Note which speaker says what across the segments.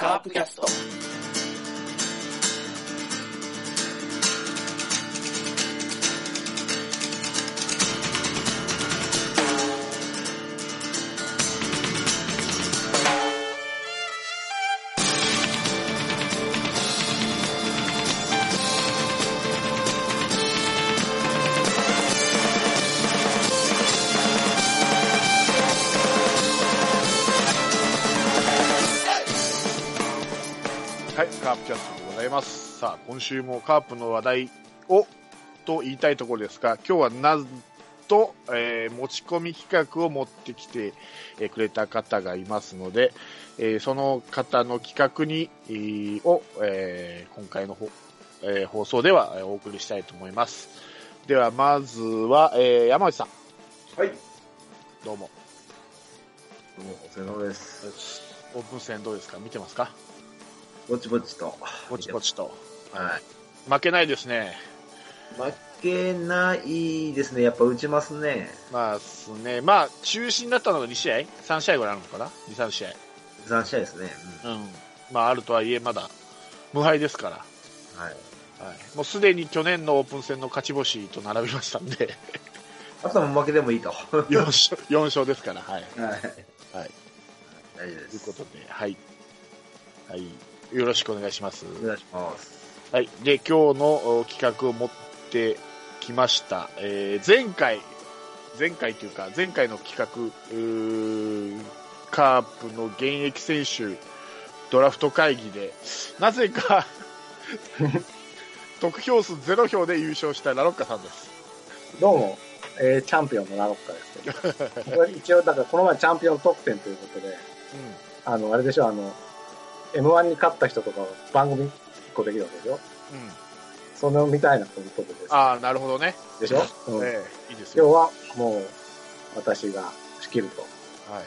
Speaker 1: カープキャスト。
Speaker 2: はい、カープキャストでございます。さあ、今週もカープの話題をと言いたいところですが、今日はなんと、えー持ち込み企画を持ってきてえーくれた方がいますので、えーその方の企画に、えーを、えー今回のほ、えー放送ではえーお送りしたいと思います。では、まずは、えー山内さん、
Speaker 3: はい。
Speaker 2: どうも。
Speaker 3: どうも、お疲れ様です。
Speaker 2: オープン戦どうですか見てますか
Speaker 3: ぼちぼちと。
Speaker 2: ぼちぼちと。
Speaker 3: はい。
Speaker 2: 負けないですね。
Speaker 3: 負けないですね。やっぱ打ちますね。
Speaker 2: まあっすね、まあ、中止になったのが2試合 ?3 試合ぐらいあるのかな ?2、3試合。
Speaker 3: 3試合ですね。
Speaker 2: うん。まあ、あるとはいえ、まだ無敗ですから。
Speaker 3: うん。はい。
Speaker 2: はい、もうすでに去年のオープン戦の勝ち星と並びましたん で、
Speaker 3: あとはもう負けでもいいと。は
Speaker 2: 4勝、4勝ですから、はい。
Speaker 3: い。
Speaker 2: はい。
Speaker 3: 大丈夫で
Speaker 2: という
Speaker 3: す。
Speaker 2: ことで、はい。はい。よろしくお願いします。
Speaker 3: お願いします。
Speaker 2: はい。で、今日のお企画を持ってきました。えー前回、前回というか、前回の企画、うーカープの現役選手ドラフト会議で、なぜか、 得票数ゼロ票で優勝したラロッカさんです。
Speaker 4: どうも、えーチャンピオンのラロッカです けど、これ一応、だからこの前チャンピオン特典ということで、あの、あれでしょ、あの、M1 に勝った人とかを番組1個できるわけでしょ
Speaker 2: うん。うん。
Speaker 4: そのみたいなことです。
Speaker 2: ああ、なるほどね。
Speaker 4: でしょ、うん
Speaker 2: ええいいです
Speaker 4: 今
Speaker 2: よ。
Speaker 4: 日はもう、私が仕切ると。
Speaker 2: はい。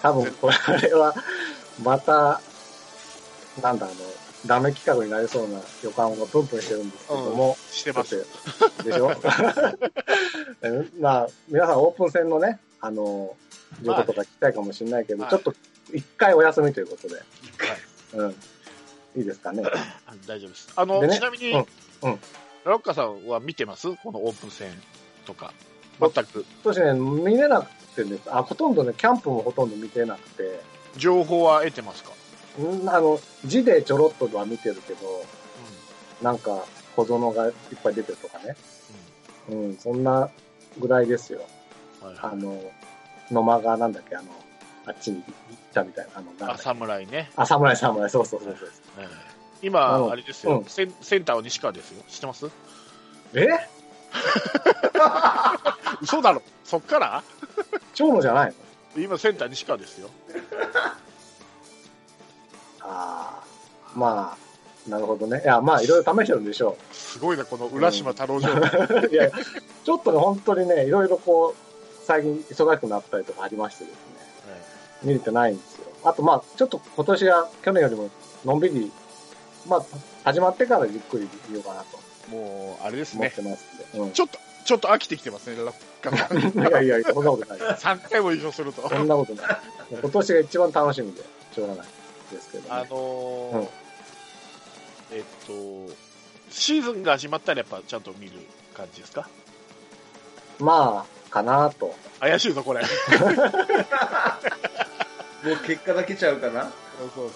Speaker 4: 多分、これは、また、なんだ、あの、ダメ企画になりそうな予感がプンプンしてるんですけども、
Speaker 2: してます。
Speaker 4: でしょ えまあ、皆さんオープン戦のね、あの、情報とか聞きたいかもしれないけど、
Speaker 2: まあ
Speaker 4: ちょっと一回お休みということで、
Speaker 2: はい
Speaker 4: うん。いいですかね。
Speaker 2: あ大丈夫です。あの、
Speaker 4: でね
Speaker 2: ちなみに、
Speaker 4: うんうん
Speaker 2: ラロッカさんは見てますこのオープン戦とか。全く。
Speaker 4: 今年ね、見れなくてね、あ、ほとんどね、キャンプもほとんど見てなくて、
Speaker 2: 情報は得てますか、
Speaker 4: うんあの、字でちょろっとは見てるけど、なんか小園がいっぱい出てるとかね、うん、そんなぐらいですよ。
Speaker 2: うんはいは
Speaker 4: あ
Speaker 2: い、
Speaker 4: の、野間がなんだっけ、あの、あっちに行ったみたいな、あの、なんだっ
Speaker 2: あ、
Speaker 4: け
Speaker 2: 侍ね。
Speaker 4: あ、侍侍、そうそうそうそう。
Speaker 2: ええ
Speaker 4: あ
Speaker 2: 今、
Speaker 4: の
Speaker 2: あれですよ、
Speaker 4: うん
Speaker 2: セン。センターは西川ですよ。知ってます
Speaker 4: え
Speaker 2: 嘘だろそっから
Speaker 4: 長野じゃないの
Speaker 2: 今、センター西川ですよ。
Speaker 4: ああ、まあ、なるほどね。いや、まあ、いろいろ試してるんでしょ
Speaker 2: すごいな、この浦島太郎城、
Speaker 4: う。いや、ちょっとね、本当にね、いろいろこう、最近忙しくなったりとかありましてですね、見れてないんですよ。あと、まあ、ちょっと今年は去年よりものんびり、まあ、始まってからじっくり見ようかなと
Speaker 2: もう、あれです
Speaker 4: 思っ
Speaker 2: ね。
Speaker 4: てますんで。うん
Speaker 2: ちょっと、ちょっと飽きてきてますね、ラロッカさ ん。
Speaker 4: いやいやいや、そんなことない。
Speaker 2: 3回も優勝すると。
Speaker 4: そんなことない。今年が一番楽しみで、しょうがないですけど、ね。
Speaker 2: あのー
Speaker 4: うん
Speaker 2: えっと、シーズンが始まったらやっぱちゃんと見る感じですか
Speaker 4: まあ、かなと。
Speaker 2: 怪しいぞ、これ。
Speaker 3: もう結果だけちゃうかな
Speaker 2: そうそう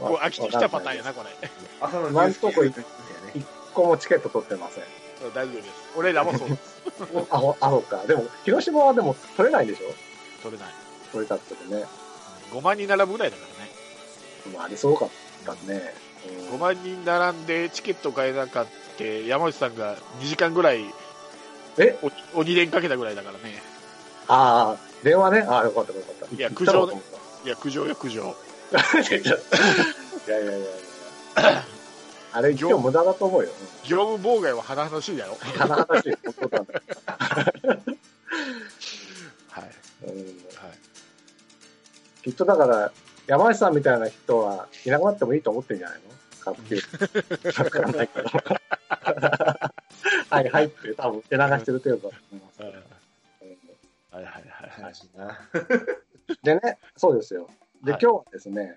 Speaker 2: そう。
Speaker 4: まあ
Speaker 2: これ飽きてきたパターンやな、これ。
Speaker 3: 朝の
Speaker 4: 今んとこ
Speaker 3: ニュース聞いてね
Speaker 4: 一個もチケット取ってま せん。
Speaker 2: うん大丈夫です。俺らもそうです。
Speaker 4: あ、ほあそうか。でも、広島はでも取れないでしょ
Speaker 2: 取れない。
Speaker 4: 取れたってね。
Speaker 2: 5万人並ぶぐらいだからね。
Speaker 4: まあ、ありそうかったね。うん
Speaker 2: 5万人並んでチケット買えなかった山内さんが2時間ぐらい
Speaker 4: え
Speaker 2: お鬼連かけたぐらいだからね。
Speaker 4: ああ、電話ね。ああ、よかったよかった。
Speaker 2: いや
Speaker 4: 行った
Speaker 2: 苦情
Speaker 4: のかと思っ
Speaker 2: いや、苦情よ、苦情。
Speaker 4: たい やいやいやいや。あれ、今日無駄だと思うよ。
Speaker 2: 業務妨害は甚だしいだよ。
Speaker 4: うん鼻話しいことだね。
Speaker 2: はい。はい。
Speaker 4: うんきっとだから、山内さんみたいな人はいなくなってもいいと思ってんじゃないのカップ球。わからない けど。はいはいって多分手流してる程度だと思いますけど。
Speaker 2: はいはいはいはい。
Speaker 3: 悲しいな。
Speaker 4: でね、そうですよ。で、
Speaker 2: はい
Speaker 4: 今日はですね、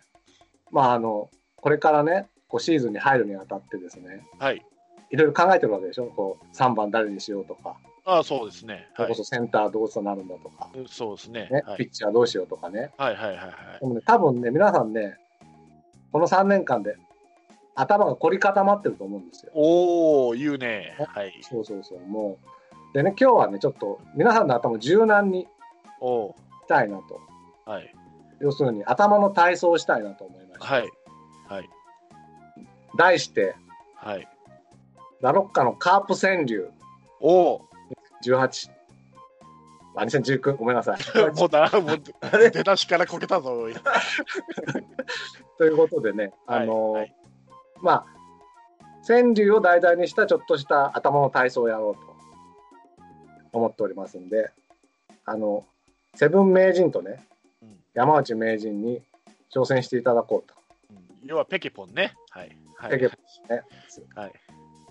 Speaker 4: まあ、あの、これからね、こうシーズンに入るにあたってですね、
Speaker 2: はい。
Speaker 4: いろいろ考えてるわけでしょ、こう3番誰にしようとか、
Speaker 2: ああ、そうですね。
Speaker 4: そ
Speaker 2: は
Speaker 4: れこ
Speaker 2: い。
Speaker 4: そセンターどうとなるんだとか、
Speaker 2: うんそうですね。
Speaker 4: ね
Speaker 2: は
Speaker 4: ピ
Speaker 2: い。
Speaker 4: ッチャーどうしようとかね、
Speaker 2: はいはいはいはい
Speaker 4: で。もね、多分ね、皆さんね、この3年間で頭が凝り固まってると思うんですよ。
Speaker 2: おお言うね。
Speaker 4: ね
Speaker 2: はい。
Speaker 4: そうそうそう、もう。でね、今日はね、ちょっと皆さんの頭を柔軟に
Speaker 2: おー
Speaker 4: したいなと。
Speaker 2: はい。
Speaker 4: 要するに頭の体操をしたいなと思いました。
Speaker 2: はい。はい。
Speaker 4: 題して、
Speaker 2: はい。
Speaker 4: ラロッカのカープ川柳
Speaker 2: おお
Speaker 4: 18。あ、2019、ごめん なさい。
Speaker 2: もうだ、もう、出だしからこけたぞ。
Speaker 4: ということでね、あの、
Speaker 2: はいはい
Speaker 4: まあ、川柳を題材にしたちょっとした頭の体操をやろうと思っておりますんで、あの、セブン名人とね、
Speaker 2: うん
Speaker 4: 山内名人に挑戦していただこうと。
Speaker 2: うん要はペケポンね。はい。はい。
Speaker 4: ペケポンね
Speaker 2: はい。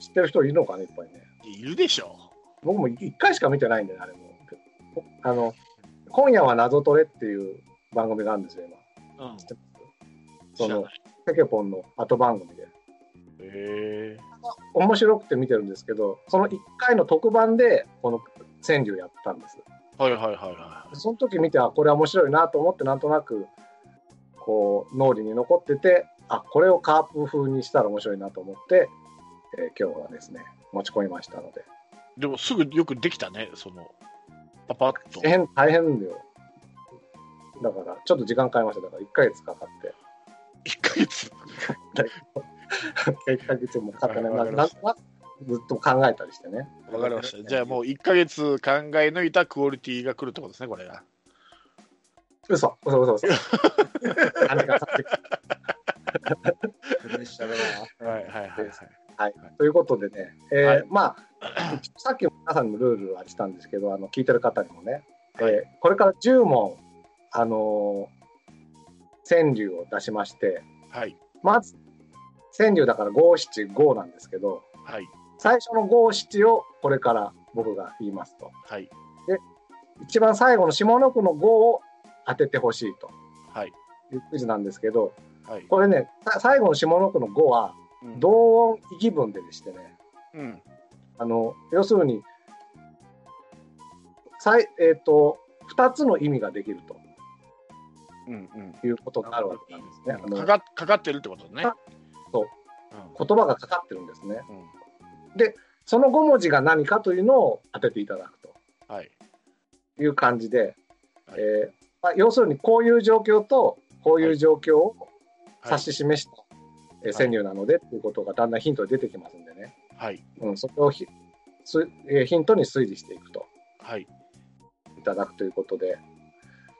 Speaker 4: 知ってる人いるのかね、いっぱいね。
Speaker 2: いるでしょ
Speaker 4: 僕も1回しか見てないんでね、あれも。あの、今夜は謎トレっていう番組があるんですよ、今。
Speaker 2: う。うん。
Speaker 4: そ
Speaker 2: 知ら
Speaker 4: の
Speaker 2: ない。
Speaker 4: ペケポンの後番組で。
Speaker 2: へえ。
Speaker 4: 面白くて見てるんですけど、その1回の特番で、この川柳やったんです。
Speaker 2: はいはいはいは
Speaker 4: その時見て、あ、これは面白いなと思って、なんとなく、こう、脳裏に残ってて、あ、これをカープ風にしたら面白いなと思って、えー今日はですね、持ち込みましたので。
Speaker 2: い。でもすぐよくできたね、その、パパッと。
Speaker 4: 大変、大変だよ。だから、ちょっと時間かかりました。だから1ヶ月かかって。
Speaker 2: 1ヶ月。
Speaker 4: 1ヶ月もかかってね、
Speaker 2: はい
Speaker 4: な
Speaker 2: わかりました
Speaker 4: なずっと考えたりしてね。
Speaker 2: わかりました。じゃあもう1ヶ月考え抜いたクオリティが来るってことですね、これが。
Speaker 4: 嘘、嘘、嘘、 嘘。金がかかってくる
Speaker 3: プレッシャーだな
Speaker 2: はいはいはいはい。
Speaker 4: ということでね、えー
Speaker 2: はい
Speaker 4: まあ、一応さっきも皆さんのルールはしたんですけど、あの聞いてる方にもね、
Speaker 2: はい
Speaker 4: えーこれから10問、あのー川柳を出しまして、
Speaker 2: はい。
Speaker 4: まず、川柳だから五七五なんですけど、
Speaker 2: はい。
Speaker 4: 最初の五七をこれから僕が言いますと。
Speaker 2: はい。
Speaker 4: 一番最後の下の句の五を当ててほしいと
Speaker 2: はい。
Speaker 4: いうクイズなんですけど、
Speaker 2: はい。
Speaker 4: これね、さ最後の下の句の五は、同音異義分ででしてね、
Speaker 2: うん。
Speaker 4: あの要するに、最えー、と2つの意味ができる
Speaker 2: うん。うん。
Speaker 4: ということになるわけなんですね。あ
Speaker 2: か
Speaker 4: の
Speaker 2: かかかってるってことね。
Speaker 4: あそう
Speaker 2: うん。
Speaker 4: 言葉がかかってるんですね。
Speaker 2: うん
Speaker 4: その5文字が何かというのを当てていただく
Speaker 2: はい。
Speaker 4: という感じで、
Speaker 2: はい
Speaker 4: えーまあ、要するにこういう状況とこういう状況を指し示した、えー川柳なのでということがだんだんヒントで出てきますんでね、
Speaker 2: はい。
Speaker 4: うん、それをひす、えーヒントに推理していくと。
Speaker 2: はい。
Speaker 4: いただくということで、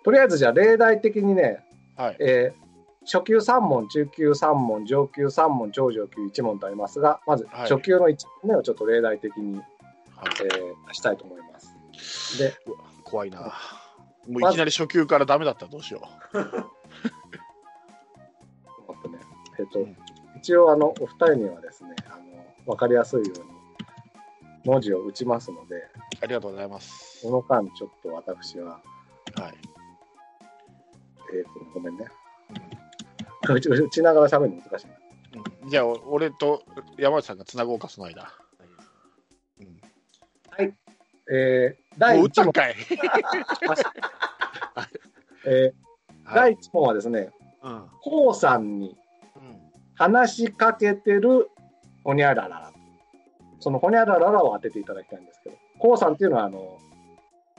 Speaker 4: とりあえずじゃあ例題的にね、
Speaker 2: はい。
Speaker 4: えー初級3問、中級3問、上級3問、超上級1問とありますが、まず
Speaker 2: はい
Speaker 4: 初級の1問目をちょっと例題的に、
Speaker 2: はい
Speaker 4: えー出したいと思います。で、
Speaker 2: うわ怖いな。もう
Speaker 4: ま
Speaker 2: い
Speaker 4: ず
Speaker 2: きなり初級からダメだったらどうしよ
Speaker 4: 待ってねえっと
Speaker 2: うん
Speaker 4: 一応あのお二人にはですねあの、分かりやすいように文字を打ちますので、
Speaker 2: う。ありがとうございます
Speaker 4: そ。の間、ちょっと私は、
Speaker 2: はい。
Speaker 4: えーとごめんね、 打ち打ちながら喋るの難しいな。
Speaker 2: うんじゃあ、お俺と山内さんがつなごうか、その間。
Speaker 4: えー第
Speaker 2: もう打っ
Speaker 4: 1
Speaker 2: た
Speaker 4: 問
Speaker 2: ん、かい。
Speaker 4: えー
Speaker 2: はい。
Speaker 4: 第1問はですね、
Speaker 2: うん。
Speaker 4: こうさんに
Speaker 2: うん
Speaker 4: 話しかけてるほにゃららら。そのほにゃらららを当てていただきたいんですけど、こうさんっていうのはあの、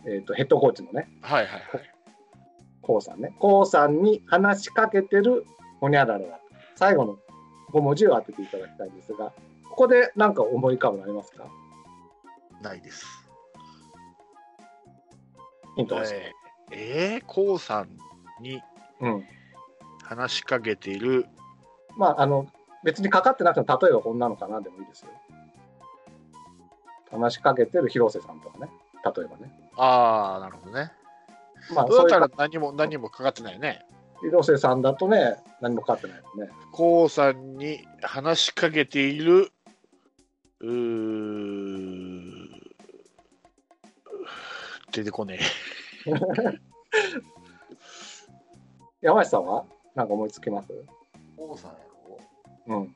Speaker 4: えー、とヘッドコーチのね、
Speaker 2: はいはいはい。
Speaker 4: こうさんね、こうさんに話しかけてるほにゃららら。最後の5文字を当てていただきたいんですが、ここで何か思い浮かぶのありますか
Speaker 2: ないです。
Speaker 4: ヒント欲しい。
Speaker 2: えー、えー、こうさんに
Speaker 4: うん。
Speaker 2: 話しかけている。
Speaker 4: まあ、あの、別にかかってなくても、例えばこんなのかなでもいいですよ。話しかけてる広瀬さんとかね、例えばね。
Speaker 2: ああ、なるほどね。
Speaker 4: まあ、
Speaker 2: そ
Speaker 4: そううい
Speaker 2: だ
Speaker 4: う
Speaker 2: ったら何も何もかかってないね。
Speaker 4: 広瀬さんだとね、何もかかってないもんね。
Speaker 2: こうさんに話しかけている。うー出てこねえ。
Speaker 4: 山下さんはなんか思いつきます
Speaker 3: 王さんやろ
Speaker 4: うん。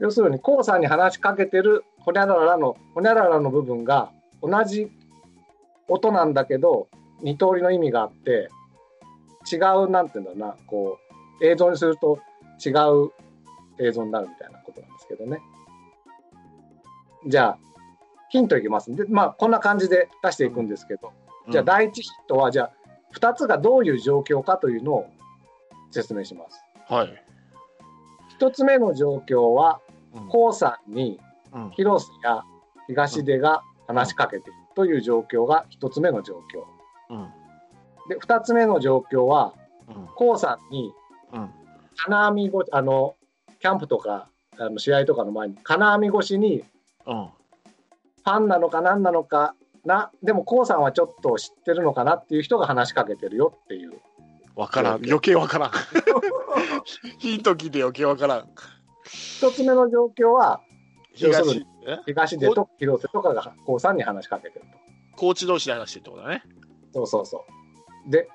Speaker 4: 要するに、コウさんに話しかけてるほにゃららの、ほにゃららの部分が同じ音なんだけど、二通りの意味があって、違う、なんていうんだろうな、こう、映像にすると違う映像になるみたいなことなんですけどね。じゃあ、ヒントいきます。で、まあ、こんな感じで出していくんですけど、じゃあ、第一ヒントは、じゃあ、二つがどういう状況かというのを説明します。
Speaker 2: はい。
Speaker 4: 一つ目の状況は、
Speaker 2: うん
Speaker 4: コウさんに
Speaker 2: うん
Speaker 4: 広瀬や東出が話しかけているという状況が一つ目の状況。
Speaker 2: うん
Speaker 4: で、二つ目の状況は、
Speaker 2: うん
Speaker 4: コウさんに
Speaker 2: うん
Speaker 4: 金網ごあの、キャンプとか、あの試合とかの前に、金網越しに
Speaker 2: うん
Speaker 4: ファンなのか何なのかな、でもコウさんはちょっと知ってるのかなっていう人が話しかけてるよっていう。
Speaker 2: わからん。余計わからん。 ヒント聞いて余計わからん。
Speaker 4: 一つ目の状況は、要す
Speaker 2: 東
Speaker 4: る、東出と広瀬とかがコウさんに話しかけてると。
Speaker 2: 高知同士で話してるってことだね。
Speaker 4: そうそうそう。で、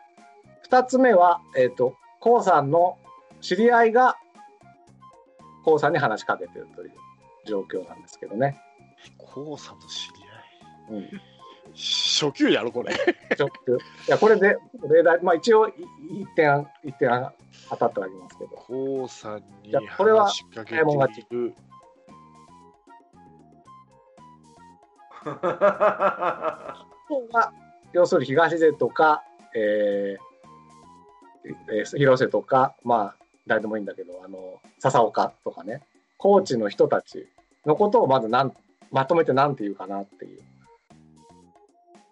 Speaker 4: 2つ目は、えっ、と、コウさんの知り合いが、コウさんに話しかけてるという状況なんですけどね。
Speaker 2: 高さんと知り合
Speaker 4: うん。シ
Speaker 2: い。初級やろ、これ。
Speaker 4: ョック。いや、これで、例題、まあ一応、い一点、一点当たってはいますけど。
Speaker 2: 高さんに
Speaker 4: いやこれは
Speaker 2: 話しかけて
Speaker 4: 早いもん勝
Speaker 2: いる。
Speaker 4: ここが、要するに東出とか、えーえー広瀬とか、まあ、誰でもいいんだけど、あの、笹岡とかね、高知の人たちのことをまずなんまとめてなんて言うかなっていう。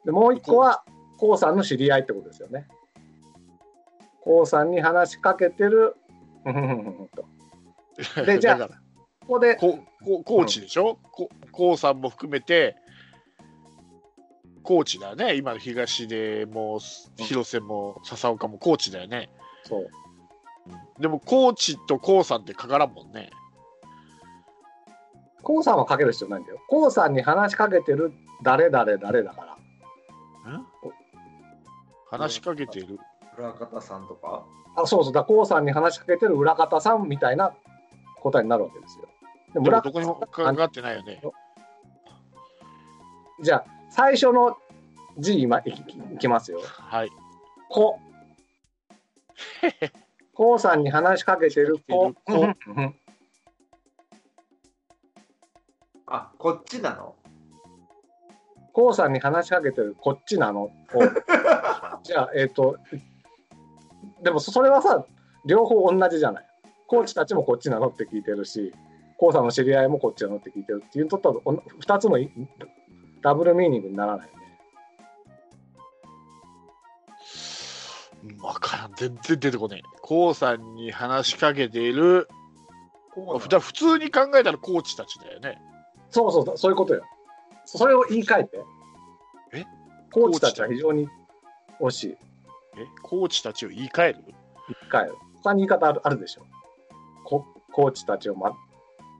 Speaker 4: で、もう一個は、こうさんの知り合いってことですよね。こうさんに話しかけてる、うんうんうんうんと。でじゃあ
Speaker 2: だから
Speaker 4: ここで、
Speaker 2: ここ高知でしょ、こ高さんも含めて、高知だよね。今の東でも、広瀬も、笹岡も高知だよね。
Speaker 4: そう。
Speaker 2: でも、高知と高さんってかからんもんね。
Speaker 4: こうさんはかける必要ないんだよ。こうさんに話しかけてる誰誰誰だから。
Speaker 2: 話しかけている。
Speaker 3: 裏方さんとか
Speaker 4: あそうそうだコウさんに話しかけてる裏方さんみたいな答えになるわけですよ。で
Speaker 2: でも
Speaker 4: 村
Speaker 2: どこにもかかってないよね。
Speaker 4: じゃあ最初の字今いきいきますよ。
Speaker 2: はい。
Speaker 4: こ。コウさんに話しかけてる子。
Speaker 2: こう
Speaker 4: うん
Speaker 3: あこっちなの
Speaker 4: コウさんに話しかけてるこっちなの。こじゃあえっ、とでもそれはさ両方同じじゃない。コーチたちもこっちなのって聞いてるし、コウさんの知り合いもこっちなのって聞いてるっていうとったらおん二つのいダブルミーニングにならないよね。
Speaker 2: わからん。全然出てこねえ。こうさんに話しかけている。
Speaker 3: こ
Speaker 2: ふ
Speaker 3: うな
Speaker 2: だ普通に考えたらコーチたちだよね。
Speaker 4: そうそうそう、そういうことよ。そそれを言い換えて。
Speaker 2: え
Speaker 4: コーチたちは非常に惜しい。
Speaker 2: え、コーチたちを言い換える
Speaker 4: 一回。他に言い方あるあるでしょ。こコーチたちをま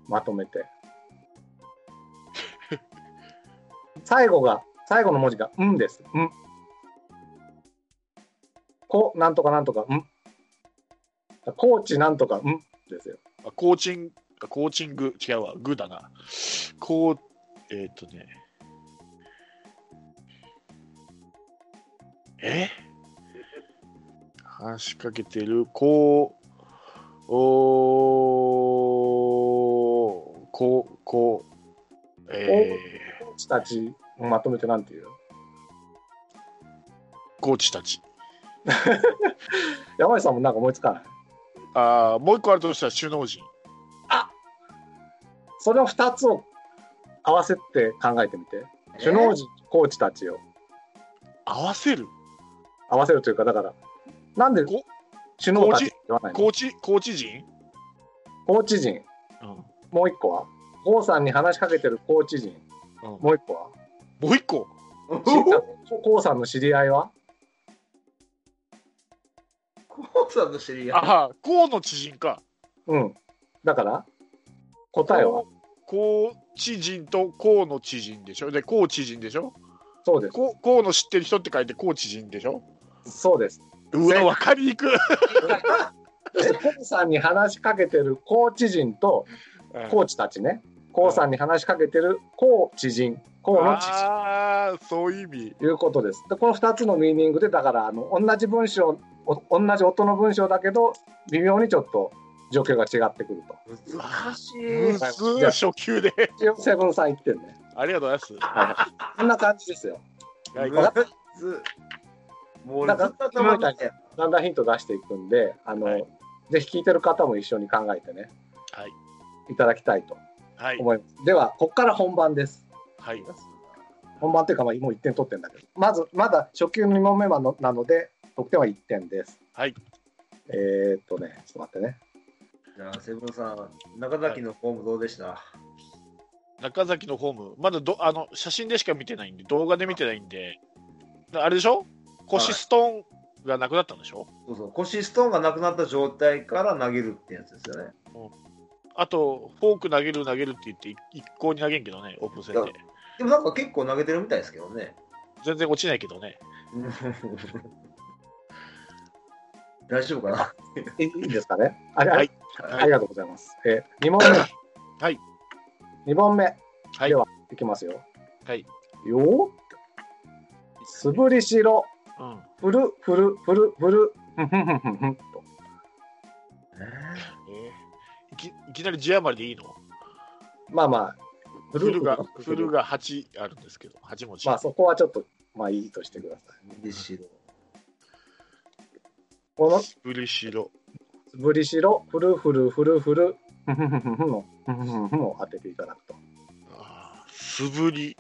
Speaker 4: まとめて。最後が、最後の文字が、んです。ん。こ、なんとかなんとか、ん。コーチなんとか、んですよ。
Speaker 2: あコーチンあコーチング、違うわ、グーだな。こう、えっ、とね。え話しかけてる、こう、おーこう、こう、え
Speaker 4: コーチたちをまとめてなんていう
Speaker 2: ー、コーチたち。
Speaker 4: 山内さんもなんか思いつかない。
Speaker 2: あーもう一個あるとしたら首脳陣。
Speaker 4: その2つを合わせて考えてみて、
Speaker 3: え
Speaker 4: 首脳陣、コーチたちを
Speaker 2: 合わせる
Speaker 4: 合わせるというか、だから、なんで
Speaker 2: こ
Speaker 4: 首脳たちって言わないの
Speaker 2: コーチ、コーチ陣
Speaker 4: コーチ陣、
Speaker 2: うん。
Speaker 4: もう1個は、ゴーさんに話しかけてるコーチ陣、
Speaker 2: うん
Speaker 4: もう1個は、
Speaker 2: もう一個
Speaker 4: しんちゃんゴーさんの知り合いは、
Speaker 3: コウさんの知り合い
Speaker 2: ああ、こうの知人か。
Speaker 4: うん、だから、答えは、
Speaker 2: こう知人とこうの知人でしょでこう知人でしょ
Speaker 4: そうで
Speaker 2: こうこうの知ってる人って書いてこう知人でしょ
Speaker 4: す、そうです。
Speaker 2: うわ、わかりにくい。
Speaker 4: そしてコウさんに話しかけてるコーチ陣とコーチたちね、コウさんに話しかけてるコーチ陣、コウの知人
Speaker 2: ああ、そういう意味。
Speaker 4: ということです。でこの2つのミーニングでだからあの同じ文章お同じ音の文章だけど微妙にちょっと状況が違ってくると。
Speaker 3: 難し
Speaker 2: む
Speaker 3: い。
Speaker 2: ずー初級で。
Speaker 4: 一応セブンさん言ってるね。
Speaker 2: ありがとうございま
Speaker 4: こんな感じですよ。
Speaker 2: す。はい
Speaker 4: わかっ
Speaker 3: ずもう俺ずっと頭にいて
Speaker 4: だんだんヒント出していくんで、あの、
Speaker 2: はい
Speaker 4: ぜひ聞いてる方も一緒に考えてね、
Speaker 2: はい。
Speaker 4: いただきたいと
Speaker 2: はい。
Speaker 4: 思います。では、ここから本番です。
Speaker 2: はい。
Speaker 4: 本番というか、まあ、もう1点取ってんだけど、まず、まだ初級の2問目なのなので、得点は1点です。
Speaker 2: はい。
Speaker 4: えー、っとね、ちょっと待ってね。
Speaker 3: じゃあセブンさん中崎のフォームどうでした、
Speaker 2: 中崎のホーム、まだどあの写真でしか見てないんで、動画で見てないんで、あれでしょ腰ストーンがなくなったんでしょ、
Speaker 3: そうそう腰ストーンがなくなった状態から投げるってやつですよね
Speaker 2: あと、フォーク投げる投げるって言って、い一向に投げんけどね、オープン戦
Speaker 3: う
Speaker 2: で
Speaker 3: ん。でもなんか結構投げてるみたいですけどね
Speaker 2: 全然落ちないけどね。
Speaker 3: 大丈夫かない
Speaker 4: いいいですかね。あれ、あ
Speaker 2: は
Speaker 4: れ
Speaker 2: い
Speaker 4: ありがとうございます。えー、2問目。
Speaker 2: はい。
Speaker 4: 2問目、
Speaker 2: はい。
Speaker 4: ではいきますよ。
Speaker 2: はい。
Speaker 4: よー素振りしろ。
Speaker 2: うん。
Speaker 4: ふるふるふるふるふんふんふんふんふんと
Speaker 2: えーいきいきなり字余りでいいの
Speaker 4: まあまあ
Speaker 2: フルが、フルが8あるんですけど、8文字。
Speaker 4: まあそこはちょっとまあいいとしてください
Speaker 3: でしろ
Speaker 4: この素
Speaker 2: ブリシロ。
Speaker 4: 振りしろふるふるふるふるふんふんふんふんのふんふんふんふんを当てていただくと
Speaker 2: あー素振り。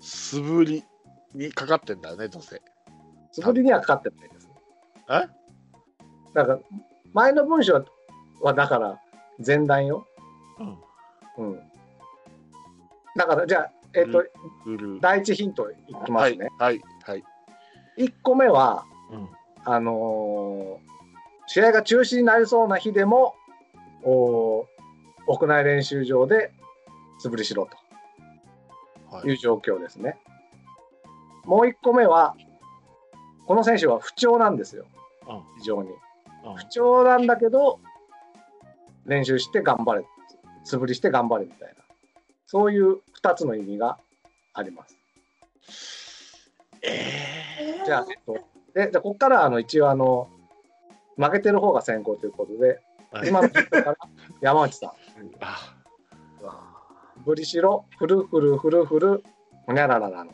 Speaker 2: 素振りにかかってんだよね、どうせ。
Speaker 4: 素振りにはかかってないです
Speaker 2: え
Speaker 4: だから前の文章はだから前段よ
Speaker 2: うん。
Speaker 4: うんだからじゃあえっ、と、
Speaker 2: うフル。
Speaker 4: 第一ヒントいきますね、
Speaker 2: はい。はい。
Speaker 4: 一個目は
Speaker 2: うん。
Speaker 4: あのー試合が中止になりそうな日でもおー屋内練習場で素振りしろ
Speaker 2: は
Speaker 4: とい
Speaker 2: い。
Speaker 4: う状況ですね。もう1個目はこの選手は不調なんですよ
Speaker 2: うん。うん。
Speaker 4: 非常に不調なんだけど練習して頑張れ素振りして頑張れみたいなそういう2つの意味があります。
Speaker 2: え
Speaker 4: じゃあ、えっと、で、じゃあここから、あの、一応、あの、負けてる方が先行ということで、
Speaker 2: はい
Speaker 4: 今の人から、山内さ
Speaker 2: ー、あ
Speaker 3: うわ
Speaker 4: ん、ブリシロ、フルフルフルフル、ほにゃらららの。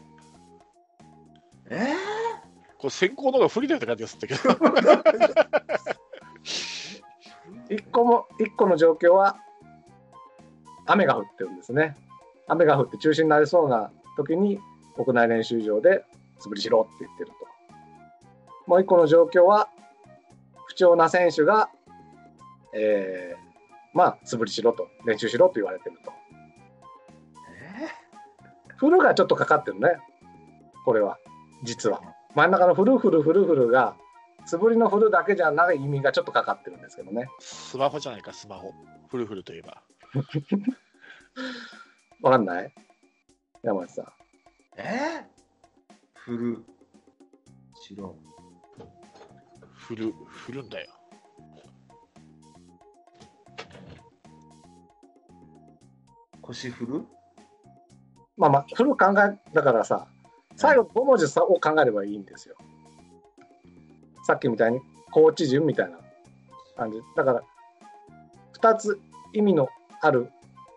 Speaker 3: え
Speaker 2: これ先行の方が不利だって感じがするんだけど。
Speaker 4: 一個も、一個の状況は、雨が降ってるんですね。雨が降って中止になりそうな時に、屋内練習場で、素振りしろって言ってると。もう一個の状況は、不調な選手が、えー、まあ、素振りしろと、練習しろと言われてると。
Speaker 3: え
Speaker 4: フルがちょっとかかってるね。これは、実は。真ん中のフルフルフルフルが、素振りのフルだけじゃない意味がちょっとかかってるんですけどね。
Speaker 2: スマホじゃないか、スマホ。フルフルといえば。
Speaker 4: わかんない山内さん。
Speaker 3: えフル白
Speaker 2: 振る、振るん だよ。
Speaker 3: 腰フル
Speaker 4: まあまあ、フル考え、だからさ、最後5文字さを考えればいいんですよ。さっきみたいに、高知順みたいな感じ。だから、2つ意味のある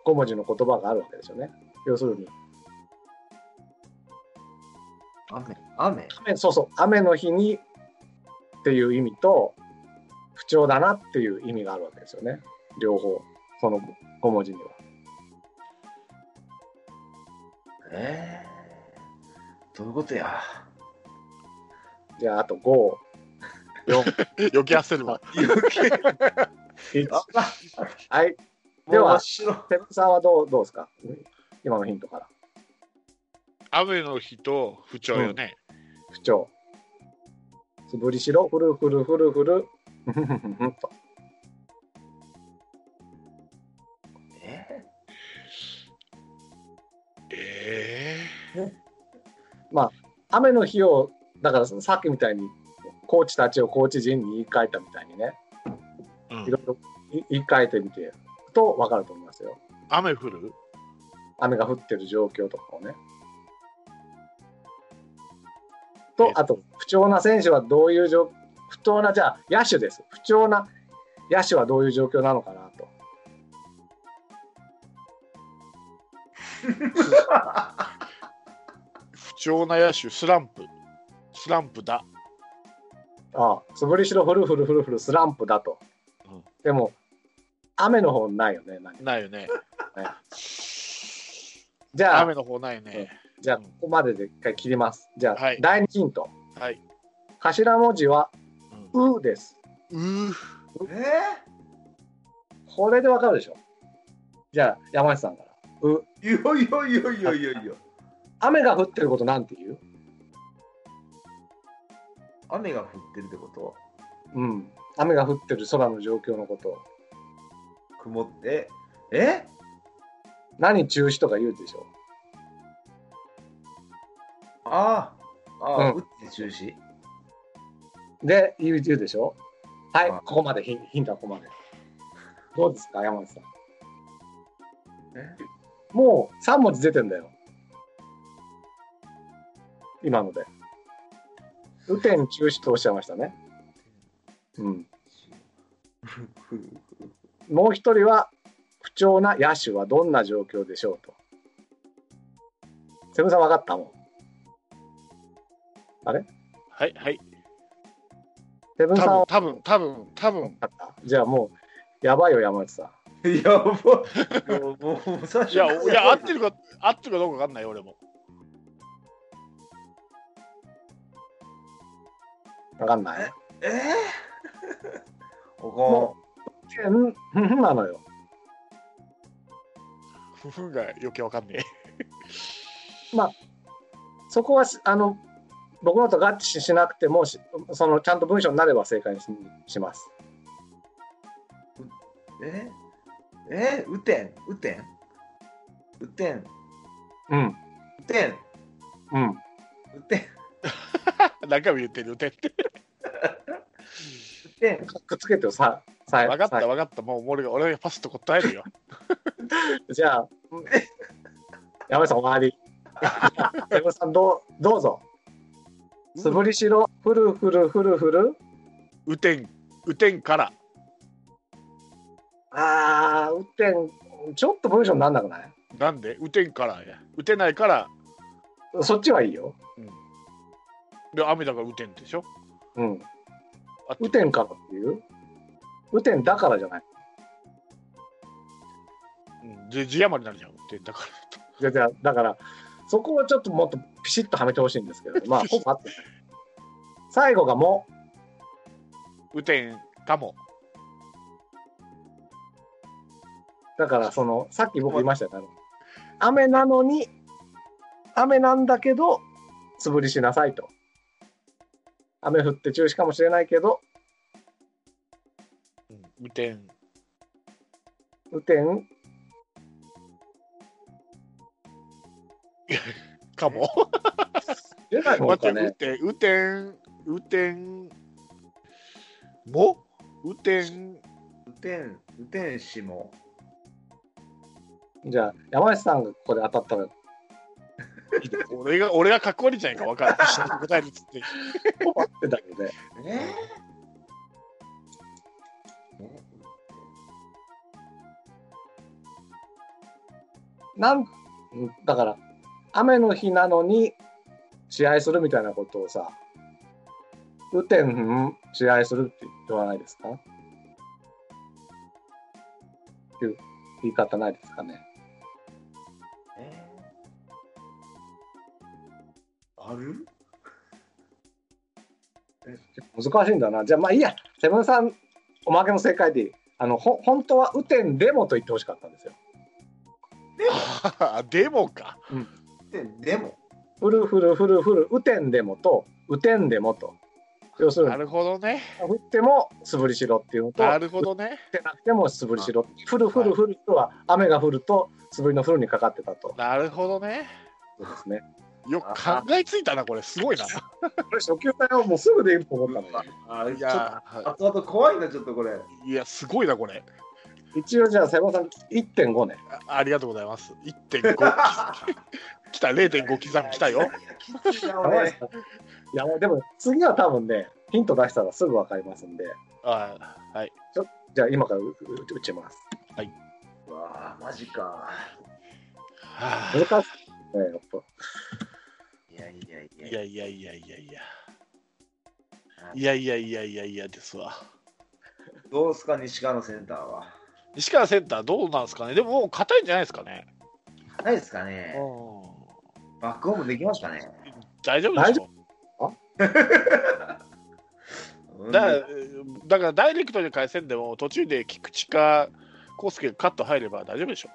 Speaker 4: 5文字の言葉があるわけですよね。要するに、
Speaker 3: 雨雨
Speaker 4: 雨そうそう雨の日にっていう意味と不調だなっていう意味があるわけですよね両方その5文字には
Speaker 3: えー、どういうことや
Speaker 4: じゃああと5
Speaker 2: 余計焦るわ。
Speaker 4: はいで
Speaker 3: で
Speaker 4: は
Speaker 3: は白
Speaker 4: セブンさんはどうどうですか今のヒントから
Speaker 2: 雨の日と不調よね。
Speaker 4: 不調素振りしろふるふるふるふるふふふふんと
Speaker 3: え
Speaker 2: ええ
Speaker 4: 雨の日をだからそのさっきみたいに、コーチたちをコーチ陣に言い換えたみたいにね、
Speaker 2: うん
Speaker 4: いろいろい言い換えてみてと分かると思いますよ。
Speaker 2: 雨降る
Speaker 4: 雨が降ってる状況とかをね。
Speaker 2: えっ
Speaker 4: と、
Speaker 2: と
Speaker 4: あと、不調な選手はどういう状不調な、じゃあ、野手です。不調な野手はどういう状況なのかなと。
Speaker 2: 不調な野手、スランプ。スランプだ。
Speaker 4: ああ、素振りしろ、フルフルフルフル、スランプだと。
Speaker 2: うん
Speaker 4: でも、雨の方ないよね、何
Speaker 2: ないよね。
Speaker 4: じゃあ
Speaker 2: 雨、の方ないね。
Speaker 4: じゃあここまでで一回切ります。じゃあ、
Speaker 2: はい
Speaker 4: 第2ヒント。
Speaker 2: はい。
Speaker 4: 頭文字は、うです。
Speaker 2: うんうー
Speaker 1: え
Speaker 4: これでわかるでしょ。じゃあ、山内さんから。う。
Speaker 1: ー、よいよいよいよいよいよ。
Speaker 4: 雨が降ってることなんて言う
Speaker 1: 雨が降ってるってこと
Speaker 4: うん、雨が降ってる空の状況のこと
Speaker 1: 曇って、え
Speaker 4: 何中止とか言うでしょ
Speaker 1: ああ、ああ、
Speaker 4: うん
Speaker 1: 打って中止。
Speaker 4: で言う言うでしょはい
Speaker 1: はい
Speaker 4: ここまでヒンヒントはここまでどうですか山内さん
Speaker 1: え
Speaker 4: もう3文字出てんだよ今ので雨天中止とおっしゃいましたねうんもう一人は不調な野手はどんな状況でしょうとセブンさん分かったもん
Speaker 2: はい、はい。
Speaker 4: セブ
Speaker 2: 多
Speaker 4: ンさん
Speaker 2: 分、
Speaker 4: は
Speaker 2: 多分、多分、多分。
Speaker 4: あったじゃあもう、やばいよ、山内さん。
Speaker 1: やばい。もう、もう、最
Speaker 2: いや、
Speaker 1: から
Speaker 2: いや、合ってるか、合ってるかどうかわかんないよ、俺も。
Speaker 4: わかんない。
Speaker 1: えー、お
Speaker 4: もう、うん、ふんふんなのよ。
Speaker 2: ふふんが余計わかんね
Speaker 4: そこはし、あの、僕のと合致しなくてもし、その、ちゃんと文章になれば正解にしします。
Speaker 1: こん。ええー、雨天、雨天。雨天、
Speaker 4: うん、
Speaker 1: 雨天、
Speaker 4: うん。
Speaker 1: 雨天、
Speaker 2: え。 何回も言ってる、てって。
Speaker 1: 雨天。
Speaker 4: くっつけてよ、さ、さ、
Speaker 2: わかった、
Speaker 4: さ
Speaker 2: わかった。もう俺が、俺がパスと答えるよ。
Speaker 4: じゃあ、 うん山内さん終わり。 セブンさん、どう、どうぞ。素振りしろ、ふるふるふるふる。
Speaker 2: 雨天、雨天から。
Speaker 4: あー、雨天、ちょっと文章になんなくない
Speaker 2: なんで雨天からや。雨てないから、
Speaker 4: そっちはいいよ。
Speaker 2: で雨だから雨天でしょ。
Speaker 4: うん。
Speaker 2: 合って
Speaker 4: 雨
Speaker 2: る
Speaker 4: 天からっていう雨天だからじゃない。
Speaker 2: うんで字余りになるじゃん、雨天だから。
Speaker 4: じゃじゃだから、そこをちょっともっとピシッとはめてほしいんですけ ど、まあ、ほぼ合ってる最後がも
Speaker 2: 雨天かも。
Speaker 4: う、だから、その、さっき僕言いましたよね。あの雨なのに、雨なんだけど、素振りしなさいと。雨降って中止かもしれないけど、
Speaker 2: うん雨天。
Speaker 4: 雨天
Speaker 2: かも。
Speaker 4: 出ないも
Speaker 2: 待って、
Speaker 4: んか
Speaker 2: 雨
Speaker 4: ね。
Speaker 2: 天、雨天、雨天、も雨天、
Speaker 1: 雨天、雨天しも。
Speaker 4: じゃあ、山内さんがここで当たったら、
Speaker 2: 俺が、俺がかっこ悪いじゃないか、わかる。一緒に 答えるっつって。
Speaker 4: ほぼ合ってたけどね。
Speaker 1: え
Speaker 4: なんうんだから雨の日なのに試合するみたいなことをさ雨天うん試合するって言わないですかっていう言い方ないですかね
Speaker 1: えー、ある
Speaker 4: 難しいんだなじゃあまあいいやセブンさんおまけの正解でいいあのほ本当は雨天でもと言ってほしかったんですよ
Speaker 2: あでもか。
Speaker 1: ででも、
Speaker 4: フルフルフルフル雨天でもと雨天でもと要する
Speaker 2: な
Speaker 4: に
Speaker 2: るほどね。
Speaker 4: 降っても素振りしろっていうのと
Speaker 2: なるほどね。
Speaker 4: ってなくても素振りしろ、降る降る降るとは雨が降ると素振りの降るにかかってたと、
Speaker 2: なるほどね。
Speaker 4: そうですね。
Speaker 2: よく考えついたな、これ、すごいな。
Speaker 4: これ初級隊はもうすぐ出ると思ったのよ
Speaker 1: あー
Speaker 2: い
Speaker 1: ちょっと
Speaker 2: や、は
Speaker 1: 後々怖いな、ちょっとこれ。
Speaker 2: いいやすごいな、これ。
Speaker 4: 一応じゃあ、瀬尾さん1.5ね。
Speaker 2: あありがとうございます。1.5 きた、0.5刻みきたよ。
Speaker 1: きついな、
Speaker 4: やばい
Speaker 1: 俺。
Speaker 4: っすねいや、でも次は多分ね、ヒント出したらすぐわかりますんで、
Speaker 2: はいはい。
Speaker 4: じゃあ今から打打ちます。
Speaker 1: うわあ、マジか。
Speaker 2: は
Speaker 4: 難しいね、やっぱ。
Speaker 1: いやいやい
Speaker 2: あ
Speaker 1: や
Speaker 2: いやいやいやいやいや。いやいやいやいやいやですわ。
Speaker 1: どうすか、西川のセンターは。
Speaker 2: 西川センターどうなんですかねでももう硬いんじゃないですかね。
Speaker 1: ないですか
Speaker 2: うん
Speaker 1: ね。バックホームできますかね。
Speaker 2: 大丈夫でし
Speaker 4: 大丈
Speaker 2: ょ
Speaker 1: うん
Speaker 2: だからだからダイレクトで返せんでも途中で菊池か康介がカット入れば大丈夫でしょ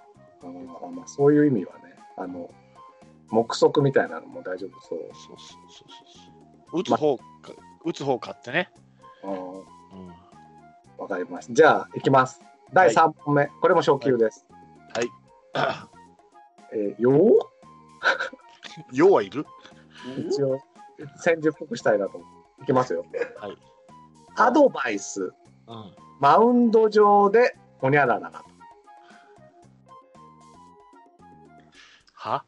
Speaker 4: まあまあまあそういう意味はね、あの、目測みたいなのも大丈夫そう。
Speaker 2: そうそうそうそう打つ方か、打つ方かってね、
Speaker 4: うん
Speaker 2: うん、は
Speaker 4: わかりました。じゃあ、いきます。第3問目、これも初級です。 えーよー
Speaker 2: い要はいる
Speaker 4: 一応、戦術っぽくしたいなと思って。いきますよ。
Speaker 2: はい、
Speaker 4: アドバイス、
Speaker 2: うん、
Speaker 4: マウンド上で、ほにゃららら。
Speaker 2: は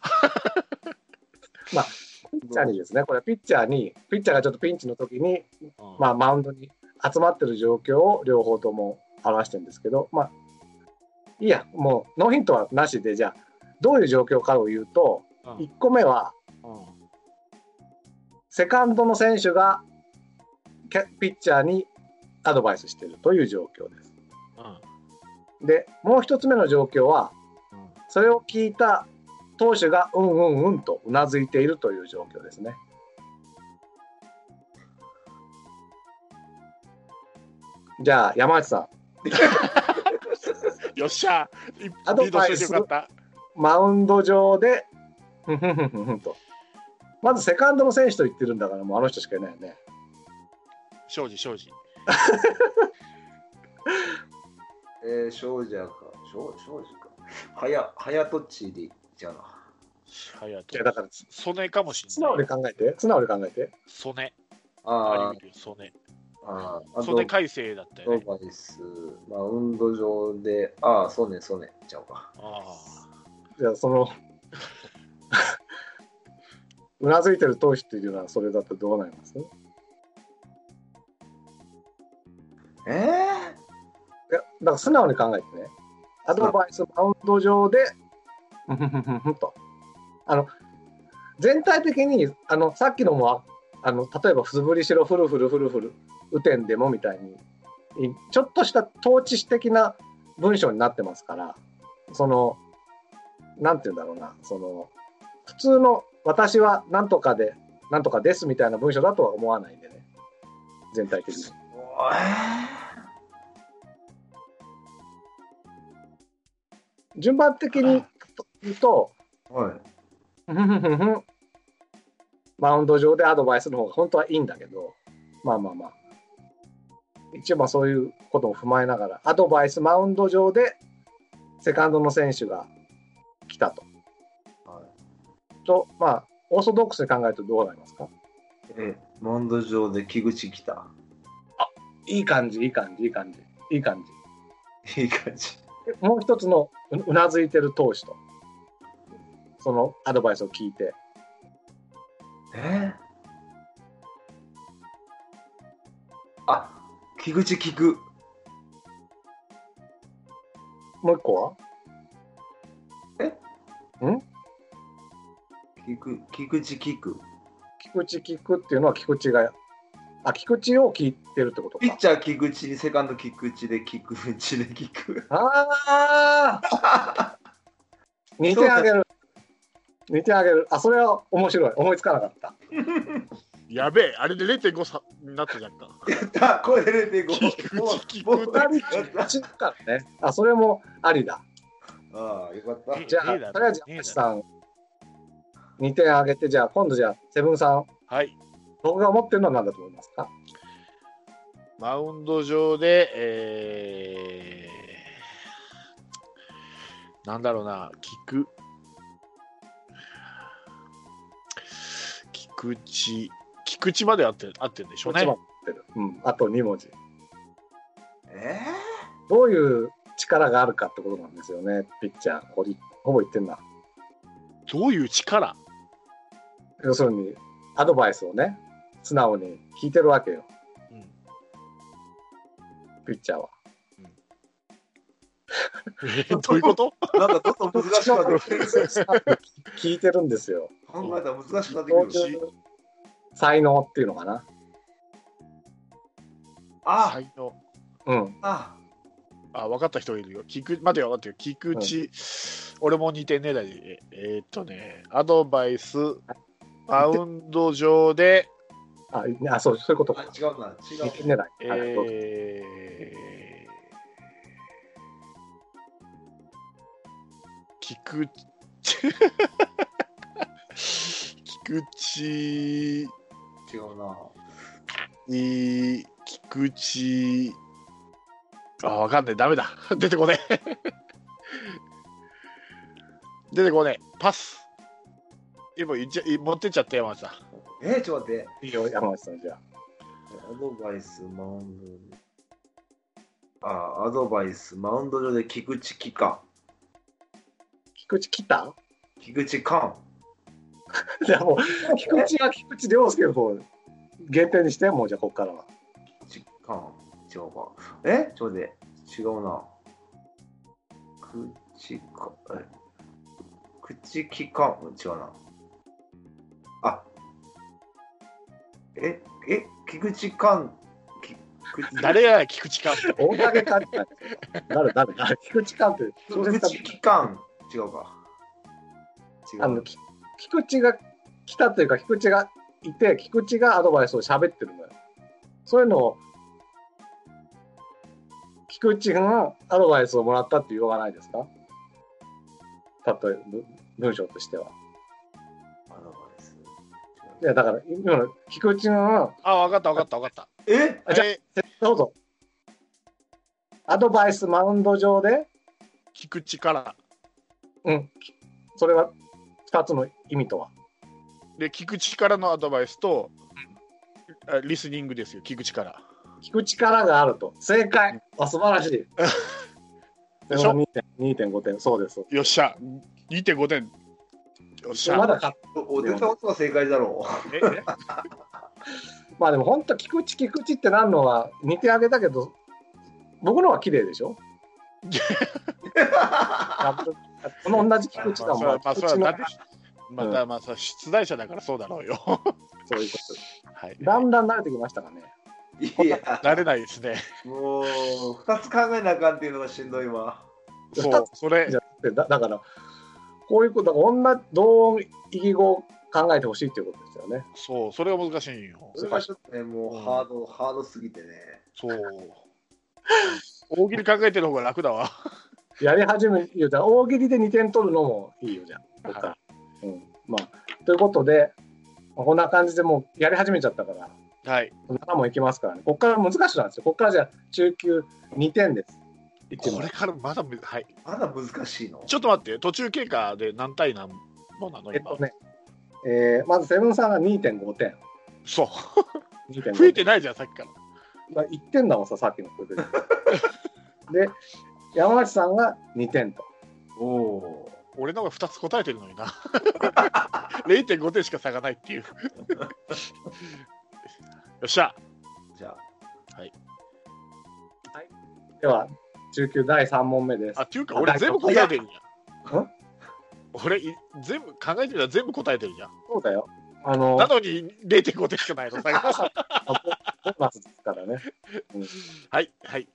Speaker 4: ピッチャーにですね、これはピッチャーに、ピッチャーがちょっとピンチの時に、
Speaker 2: うん
Speaker 4: まあ、マウンドに集まってる状況を両方とも表してるんですけど、まあ、いいや、もうノーヒントはなしで、じゃあ、どういう状況かを言うと、
Speaker 2: うん
Speaker 4: 1個目は、
Speaker 2: うん
Speaker 4: セカンドの選手がキャピッチャーにアドバイスしてるという状況です。
Speaker 2: うん
Speaker 4: で、もう1つ目の状況は、
Speaker 2: うん
Speaker 4: それを聞いた投手がうんうんうんとうなずいているという状況ですね。じゃあ山内さ
Speaker 2: よっしゃいリ
Speaker 4: アド
Speaker 2: ード
Speaker 4: バ
Speaker 2: し
Speaker 4: イ
Speaker 2: て
Speaker 4: ス
Speaker 2: てよかった
Speaker 4: んマウンド上でふんふんふんふんふんとまずセカンドの選手と言ってるんだからもうあの人しかいないよね
Speaker 2: 庄司庄司
Speaker 1: えー、少女か。少少女か。はや、はやとっちでいっちゃうな。
Speaker 2: 隼
Speaker 4: いや
Speaker 2: 人
Speaker 4: だから素
Speaker 2: 曽根かもしれ
Speaker 4: 直
Speaker 2: な
Speaker 4: に
Speaker 2: い
Speaker 4: 考えて素直に考えて
Speaker 2: 曽根あ
Speaker 1: あ
Speaker 2: り得るよ曽根
Speaker 1: あ、ああ、
Speaker 2: 曽根改正だった
Speaker 1: アド
Speaker 2: よね
Speaker 1: バイス、マウンド上で、ああ、そうね、そうね、ちゃうか。
Speaker 2: あ
Speaker 4: じゃあその うなずいてる投手っていうのはそれだとどうなります
Speaker 1: ええ
Speaker 4: いやだから素直に考えてね、アドバイス、マウンド上で、うんふんふんふんふんと。あの、全体的に、あの、さっきのも、あの、例えば、素振りしろ、フルフルフルフル、雨天でもみたいに、いちょっとした統治史的な文章になってますから、その、なんて言うんだろうな、その、普通の、私はなんとかで、なんとかですみたいな文章だとは思わないんでね、全体的に。
Speaker 1: おい
Speaker 4: 順番的に言うと、
Speaker 1: おい。
Speaker 4: ふふふふ マウンド上でアドバイスの方が本当はいいんだけど、まあまあまあ。一応まあそういうことも踏まえながら、アドバイス、マウンド上で、セカンドの選手が来たと。
Speaker 1: はい
Speaker 4: と、まあ、オーソドックスに考えるとどうなりますか
Speaker 1: え、マウンド上で木口来た。
Speaker 4: いい感じ、いい感じ、いい感じ、いい感じ。
Speaker 1: いい感じ。
Speaker 4: でもう一つのううなずいてる投手と、そのアドバイスを聞いて、
Speaker 1: えあ、木口聞く。
Speaker 4: もう一個は
Speaker 1: 聞く、木口聞く。
Speaker 4: 菊池聞くっていうのは菊池が、あ、菊池を聞いてるってこと
Speaker 1: ピ
Speaker 4: か
Speaker 1: ッ。チャー菊池にセカンド菊池で菊池で聞く。
Speaker 4: ああ似てあげる。似てあげる。あ、それは面白い。思いつかなかった。
Speaker 2: ーやべえあれで0.5差になったじゃんか
Speaker 1: やった、これ0.5。
Speaker 2: 菊池聞く
Speaker 1: もうもう
Speaker 4: 二人
Speaker 1: やった
Speaker 4: 口からね。あ、それもありだ。
Speaker 1: ああ、よかった。
Speaker 4: じゃあ、
Speaker 2: ね
Speaker 4: と
Speaker 2: え
Speaker 4: り
Speaker 2: だろ
Speaker 4: あえず
Speaker 2: ねえだろ
Speaker 4: 山口さん、2点あげて、じゃあ、今度じゃあ、セブンさん、
Speaker 2: はい
Speaker 4: 僕が思ってるのは何だと思いますか
Speaker 2: マウンド上で、えー、なんだろうな、聞く。菊池、菊池まで合って合ってるんでしょうね。
Speaker 4: 持ってる。うん。あと2文字。
Speaker 1: え
Speaker 4: どういう力があるかってことなんですよね、ピッチャー。ほりほぼ言ってんな。
Speaker 2: どういう力
Speaker 4: 要するに、アドバイスをね、素直に聞いてるわけよ、
Speaker 2: うん
Speaker 4: ピッチャーは。
Speaker 2: えどういうこと
Speaker 1: ー、なんかちょっと難しくなってくる。
Speaker 4: 聞いてるんですよ。
Speaker 1: 考えたら 難しくなって
Speaker 4: そう
Speaker 1: くる。
Speaker 4: いう才能っていうのかな。
Speaker 1: あ、
Speaker 2: 才能。
Speaker 4: うん。
Speaker 1: あ、
Speaker 2: あ、分かった人がいるよ。菊、待てよ、分かったよ。菊池、俺も似てんねえだり。ええーっとね、アドバイス、マウンド上で、
Speaker 4: あ、あそう、そういうこと
Speaker 1: あ
Speaker 4: か。
Speaker 1: 違うな、違
Speaker 4: 見
Speaker 1: う。
Speaker 4: てない。あどうぞ
Speaker 2: えー、菊池、 菊池、
Speaker 1: 違うな。
Speaker 2: いい菊池あわかんねえダメだ 出てこねえ出てこねえパス今言っちゃい持ってっちゃった山内さん
Speaker 1: えー、ちょっと待って。
Speaker 4: いいよ、山口さん、じゃあ。
Speaker 1: アドバイス、マウンドで。あ、アドバイス、マウンド上で菊池機関。
Speaker 4: 菊池来た
Speaker 1: 菊池寛。
Speaker 4: じゃあもう、菊池は菊池涼介の方、限定にして、もうじゃあ、こっからは。
Speaker 1: 菊池寛。違うか。えちょっと待って。違うな。口か、え口機関。違うな。あ。え、え、菊池寛。き菊池
Speaker 2: 誰や菊池かって
Speaker 4: 大影勘違い。誰、誰、誰、菊池勘って、小
Speaker 1: 菊
Speaker 4: 説家
Speaker 1: 池機関。違うか。違
Speaker 4: あ
Speaker 1: う
Speaker 4: の、。き菊池が来たというか、菊池がいて、菊池がアドバイスを喋ってるのよ。そういうのを、菊池がアドバイスをもらったって言わないですか例えぶ文章としては。
Speaker 1: アドバイス。
Speaker 4: いや、だから、今の菊池が、
Speaker 2: あわかったわかったわかっ
Speaker 1: え
Speaker 2: た
Speaker 4: あじゃあ
Speaker 2: え
Speaker 4: どうぞ。アドバイスマウンド上で、
Speaker 2: ー菊池から
Speaker 4: うん、きそれは2つの意味とは。
Speaker 2: で菊池からのアドバイスと、あリスニングですよ菊池から
Speaker 4: 聞く力があると。正解。あ、素晴らしい。
Speaker 2: でしょ
Speaker 4: 2.5点、2.5点、そうです。
Speaker 2: よっしゃ2.5点よっしゃ
Speaker 4: まだか、
Speaker 1: お出た音が正解だろ
Speaker 2: ええ
Speaker 4: まあでも本当、菊池、菊池ってなんのは似てあげたけど、僕のは綺麗でし ょやっぱこの同じ菊池だもん。
Speaker 2: まあまあそ
Speaker 4: 菊
Speaker 2: れは
Speaker 4: 池の
Speaker 2: だってまたまあさ出題者だからそうだろうよ
Speaker 4: そういうこ
Speaker 2: は
Speaker 4: と
Speaker 2: い
Speaker 4: だんだん慣れてきましたかね。
Speaker 1: う。いや、
Speaker 2: 慣れないですね
Speaker 1: もう、二つ考えなあかんっていうのがしんどいわ。
Speaker 2: そう、それ
Speaker 4: じ、ゃでだだから、こういうこと、だから女同音異義語を考えてほしいっていうことですよね。
Speaker 2: そう、それが難しいんよ。
Speaker 1: それがちょっとね、もうハード、ハードすぎてね。
Speaker 2: そう。大喜利考えてる方が楽だわ。
Speaker 4: やり始め言うたら大喜利で2点取るのもいいよじゃん。こっから
Speaker 2: は
Speaker 4: うんまあ、ということで、まあこんな感じでもうやり始めちゃったから、
Speaker 2: はい。
Speaker 4: 7問いきますからね、ここから難しくなんですよ。ここからじゃあ中級2点です。いってみ
Speaker 2: こ
Speaker 4: ま
Speaker 2: れ
Speaker 4: す
Speaker 2: からまだむ、はい。
Speaker 1: まだ難しいの
Speaker 2: ちょっと待って、途中経過で何対何本なの
Speaker 4: えっ
Speaker 2: 今。
Speaker 4: とね、えーまずセブンさんが2.5点。
Speaker 2: そう。
Speaker 4: 2.5
Speaker 2: 増えてないじゃん、さっきから。
Speaker 4: まあ、1点だもんさ、さっきのこれ で。で、山内さんが2点と。
Speaker 1: おお
Speaker 2: 俺の方が2つ答えてるのにな。0.5点しか差がないっていう。よ っしゃ。
Speaker 1: ー。じゃあ、
Speaker 4: では、中級第3問目です
Speaker 2: あ、。っていうか、俺全部答えてるじゃん
Speaker 4: ん。
Speaker 2: 俺い、全部考えてるら全部答えてるじゃん。
Speaker 4: そうだよ。あの
Speaker 2: なのに0.5点しかないの、差が
Speaker 4: あボボーナスですからね。
Speaker 2: はい、はい。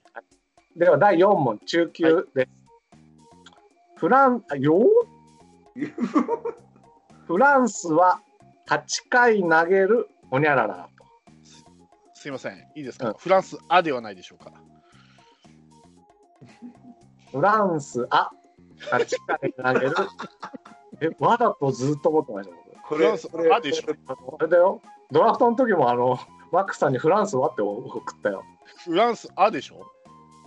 Speaker 4: では第4問、中級です。フラン あよーフランスは8回投げるほにゃららと。
Speaker 2: すいません、いいですか、
Speaker 4: うん
Speaker 2: フランス、あではないでしょうか。
Speaker 4: フランスあ8回投げる。 え、わざとずっと思ってました、僕
Speaker 1: こ
Speaker 2: フランス
Speaker 1: これ
Speaker 2: あでしょ
Speaker 1: これ
Speaker 4: あれだよ、ドラフトの時もあの、マックスさんにフランスはって送ったよ。
Speaker 2: フランス、あでしょ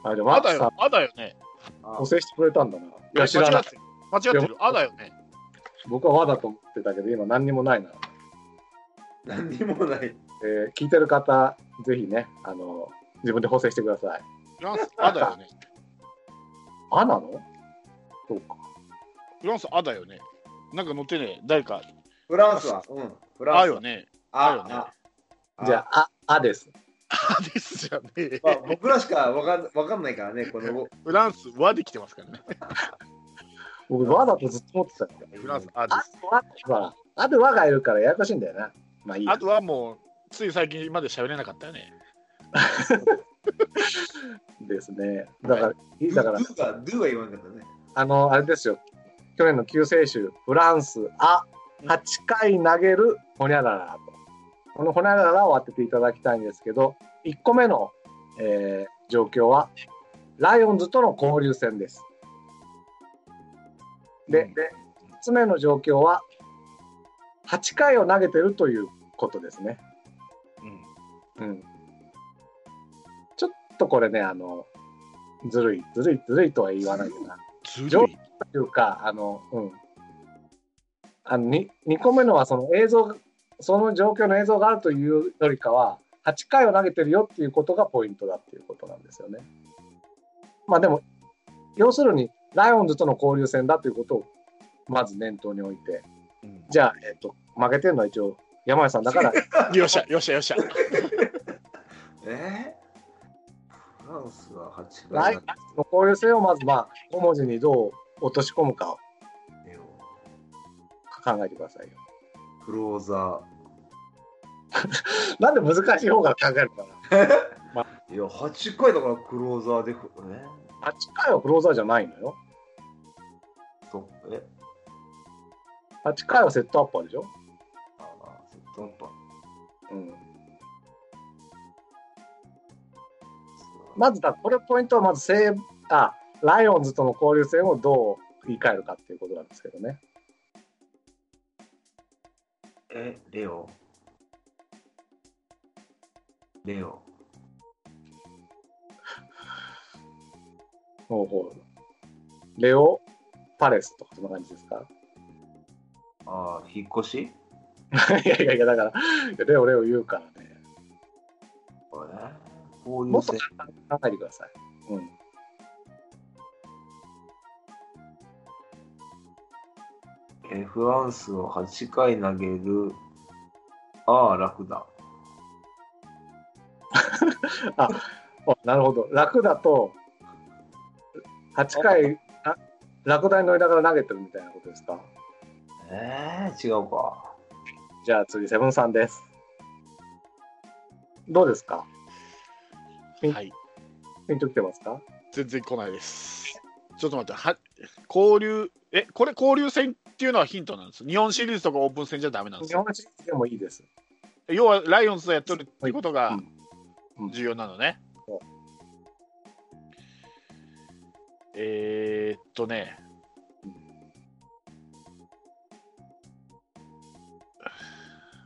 Speaker 4: あれマ
Speaker 2: あ
Speaker 4: ック
Speaker 2: だ
Speaker 4: スさん
Speaker 2: よ、、あだよね。
Speaker 1: あ
Speaker 4: 補正してくれたんだな。い
Speaker 2: 間違
Speaker 4: や、知らない
Speaker 2: っ。てる。間違ってる。あだよね。
Speaker 4: 僕はわだと思ってたけど、今何にもないな。
Speaker 1: 何にもない。
Speaker 4: えー聞いてる方、ぜひね、あの、自分で補正してください。
Speaker 2: フランス、あだよね。
Speaker 4: あなのそうか。
Speaker 2: フランス、あだよね。なんか乗ってね、誰か、
Speaker 1: フランスは、うん、フランスは
Speaker 2: あよね。あよね
Speaker 1: あ
Speaker 4: じゃあ、あ、あです。
Speaker 2: あですよね。
Speaker 1: まあ、僕らしかわかんわかんないからね、この。
Speaker 2: フランス、和で来てますからね。
Speaker 4: 僕、わだとずっと思ってたよ。
Speaker 2: フランス、あで
Speaker 4: あ
Speaker 2: す。
Speaker 4: とわってほら、あとわがいるからややこしいんだよな。まあいいや。
Speaker 2: あとはもう、つい最近まで喋れなかったよね。
Speaker 4: ですね。だから、だから
Speaker 1: ド、ゥが、ドゥは言わなかったね。
Speaker 4: あの、あれですよ。去年の救世主、フランス、あ、8回投げる、ほにゃららと。このほにゃららを当てていただきたいんですけど、1個目の、えー状況は、ライオンズとの交流戦です。で、で、2つ目の状況は、8回を投げてるということですね。
Speaker 2: うん。
Speaker 4: うん。ちょっとこれね、あの、ずるい、ずるい、ずるいとは言わないけどな。
Speaker 2: ず
Speaker 4: 上
Speaker 2: るい。
Speaker 4: というか、あの、うん。あの、に2個目のは、その映像が、その状況の映像があるというよりかは、8回を投げてるよっていうことがポイントだっていうことなんですよね。まあでも、要するに、ライオンズとの交流戦だということを、まず念頭に置いて、
Speaker 2: うん
Speaker 4: じゃあ、えっ、と、負けてるのは一応、山井さんだから、
Speaker 2: よっしゃ、よっしゃ、よっしゃ。
Speaker 1: えー、フランスは8
Speaker 4: ライ
Speaker 1: 回
Speaker 4: オンズの交流戦をまず、まあ、小文字にどう落とし込むかを
Speaker 1: 目を
Speaker 4: 考えてくださいよ。
Speaker 1: クローザ
Speaker 4: なんで難しい方が考えるかな。
Speaker 1: ー。いや、8回だからクローザーで、え
Speaker 4: 8回はクローザーじゃないのよ。
Speaker 1: そえ
Speaker 4: 8回はセットアッパーでしょ、
Speaker 1: ああ、セットアッパー。
Speaker 4: うん、まずだこれポイントはまず西武あライオンズとの交流戦をどう言い換えるかっていうことなんですけどね
Speaker 1: え、レオ。レオ。
Speaker 4: ほうほうレオ・パレスとかそんな感じですか
Speaker 1: ああ、引っ越し
Speaker 4: いやいやいやだからレオレオ言うからね
Speaker 1: えこうい
Speaker 4: も
Speaker 1: う
Speaker 4: っと
Speaker 1: 戦
Speaker 4: 簡単に考えてください、うん、
Speaker 1: え、フランスを8回投げる。ああ、楽だ。
Speaker 4: あなるほど楽だと8回あ落第に乗りながら投げてるみたいなことですか
Speaker 1: えー、違うか。
Speaker 4: じゃあ次セブンさんですどうですか
Speaker 2: はい。
Speaker 4: ピンときてますか
Speaker 2: 全然来ないです。ちょっと待って、は交流、え、これ交流戦っていうのはヒントなんです。日本シリーズとかオープン戦じゃダメなんです
Speaker 4: 日
Speaker 2: よ
Speaker 4: 本。人でもいいです。
Speaker 2: 要はライオンズとやっとるっていうこと
Speaker 4: う
Speaker 2: が
Speaker 4: んうん
Speaker 2: 重要なのね。
Speaker 4: そう
Speaker 2: えー、っとね
Speaker 4: うん。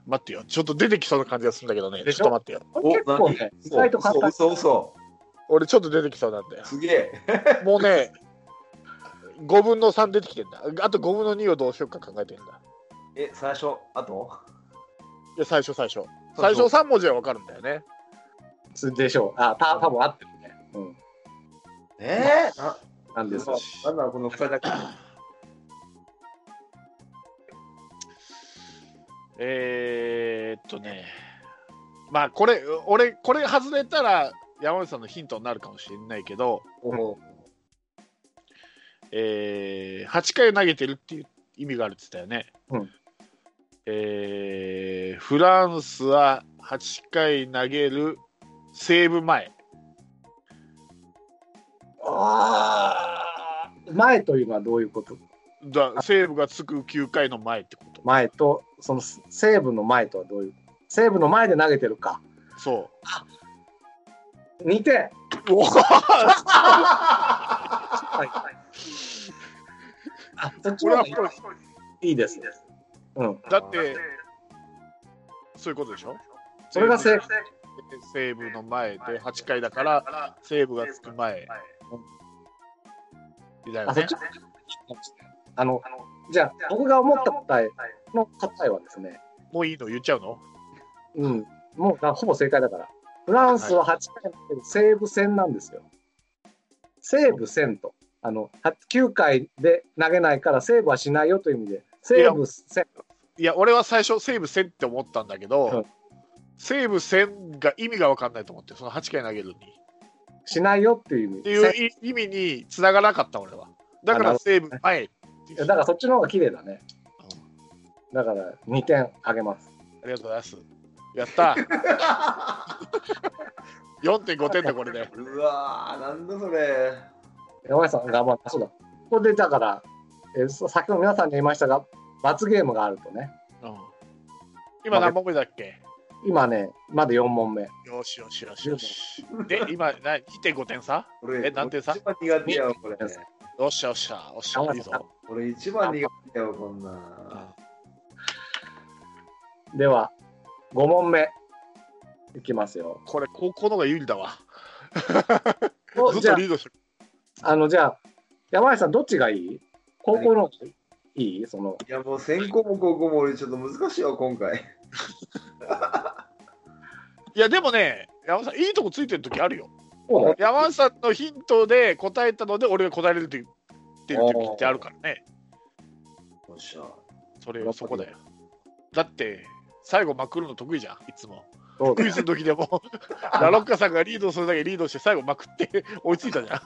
Speaker 2: 待ってよ、ちょっと出てきそうな感じがするんだけどね、
Speaker 4: でし
Speaker 2: ち
Speaker 4: ょ
Speaker 2: ょっと待ってよ。
Speaker 1: お
Speaker 4: 結構ね、意外と簡単。
Speaker 1: そうそう。
Speaker 2: 俺、ちょっと出てきそうなんだよ。
Speaker 1: すげえ。
Speaker 2: もうね、5分の3出てきてんだ。あと5分の2をどうしようか考えてんだ。
Speaker 1: え、最初、あと
Speaker 2: いや、最初、最初。最初3文字は分かるんだよね。
Speaker 4: でしょう。あ、た多分合ってるね。う。
Speaker 1: えー、なん
Speaker 4: なんですよ。
Speaker 1: なんだろうこの2人 だけ。
Speaker 2: えー、っとね、まあ、これ、俺、これ外れたら、山内さんのヒントになるかもしれないけど、
Speaker 1: お
Speaker 2: えー、8回投げてるっていう意味があるって言ったよね。
Speaker 4: うん
Speaker 2: えー、フランスは8回投げるセーブ前。
Speaker 4: ああ。前というのはどういうこと
Speaker 2: だセーブがつく9回の前ってこと。
Speaker 4: 前と、その西武の前とはどういう西武の前で投げてるか。
Speaker 2: そう。
Speaker 4: 2点。
Speaker 2: お
Speaker 4: はい。あ、そっち
Speaker 2: 俺
Speaker 4: の
Speaker 2: は
Speaker 4: 方がいいです。うん。
Speaker 2: だって、そういうことでしょ
Speaker 4: それが正
Speaker 2: 解。セーブの前で8回だから、セーブがつく前。だよ
Speaker 4: あ、そっ
Speaker 2: ね
Speaker 4: ち。の方がいいかもしれないあの、じゃあ、僕が思った答えの答えはですね、
Speaker 2: もういいの言っちゃうの
Speaker 4: うん。もうがほぼ正解だから。フランスは8回だけど、西武戦なんですよ。西武戦と。あの、は9回で投げないから、西武はしないよという意味で、西武戦。
Speaker 2: いや、俺は最初、西武戦って思ったんだけ
Speaker 4: うん
Speaker 2: ど、西武戦が意味が分かんないと思って、その8回投げるに。っ
Speaker 4: しないよっていう意味。
Speaker 2: ていうい意味につながなかった、俺は。だか
Speaker 4: あな
Speaker 2: ら
Speaker 4: る
Speaker 2: 西武、はい。っていう
Speaker 4: だからそっちの方が綺麗だね。だから2点あげます。
Speaker 2: ありがとうございます。やったー !4.5 点でこれで。
Speaker 1: うわー、なんだそれ。
Speaker 4: 山内さん頑張った。そうだ。ここでだから、えーそう先ほど皆さんに言いましたが、罰ゲームがあるとね。
Speaker 2: うん今何問目だっけ
Speaker 4: 今ね、まだ4問目。
Speaker 2: よしよしよしよし。で、今、な2.5点差
Speaker 1: 俺、
Speaker 2: えなんてさ
Speaker 1: 一番苦手やわ、これ。
Speaker 2: よっしゃよっしゃ、よっしゃ、いいぞ。
Speaker 1: 俺、一番苦手やわ、こんな。
Speaker 2: うんん
Speaker 4: では、5問目。いきますよ。
Speaker 2: これ、高校の方が有利だわ。
Speaker 4: お
Speaker 2: ずっ
Speaker 4: じゃ
Speaker 2: と
Speaker 4: あ
Speaker 2: リードしてる。
Speaker 4: あの、じゃあ、山内さん、どっちがいい高校の、いいその、
Speaker 1: いや、もう先行も高校も俺、ちょっと難しいわ、今回。
Speaker 2: いや、でもね、山田さん、いいとこついてる時あるよ。
Speaker 4: そう
Speaker 2: 山田さんのヒントで答えたので、俺が答えれるって言ってる時ってあるからね。
Speaker 1: よっしゃ。
Speaker 2: それはそこだよ。だって、最後、まくるの得意じゃん、いつも。
Speaker 4: だ
Speaker 2: クイズの時で も、ラロッカさんがリードするだけリードして、最後まくって追いついたじゃん。
Speaker 4: あ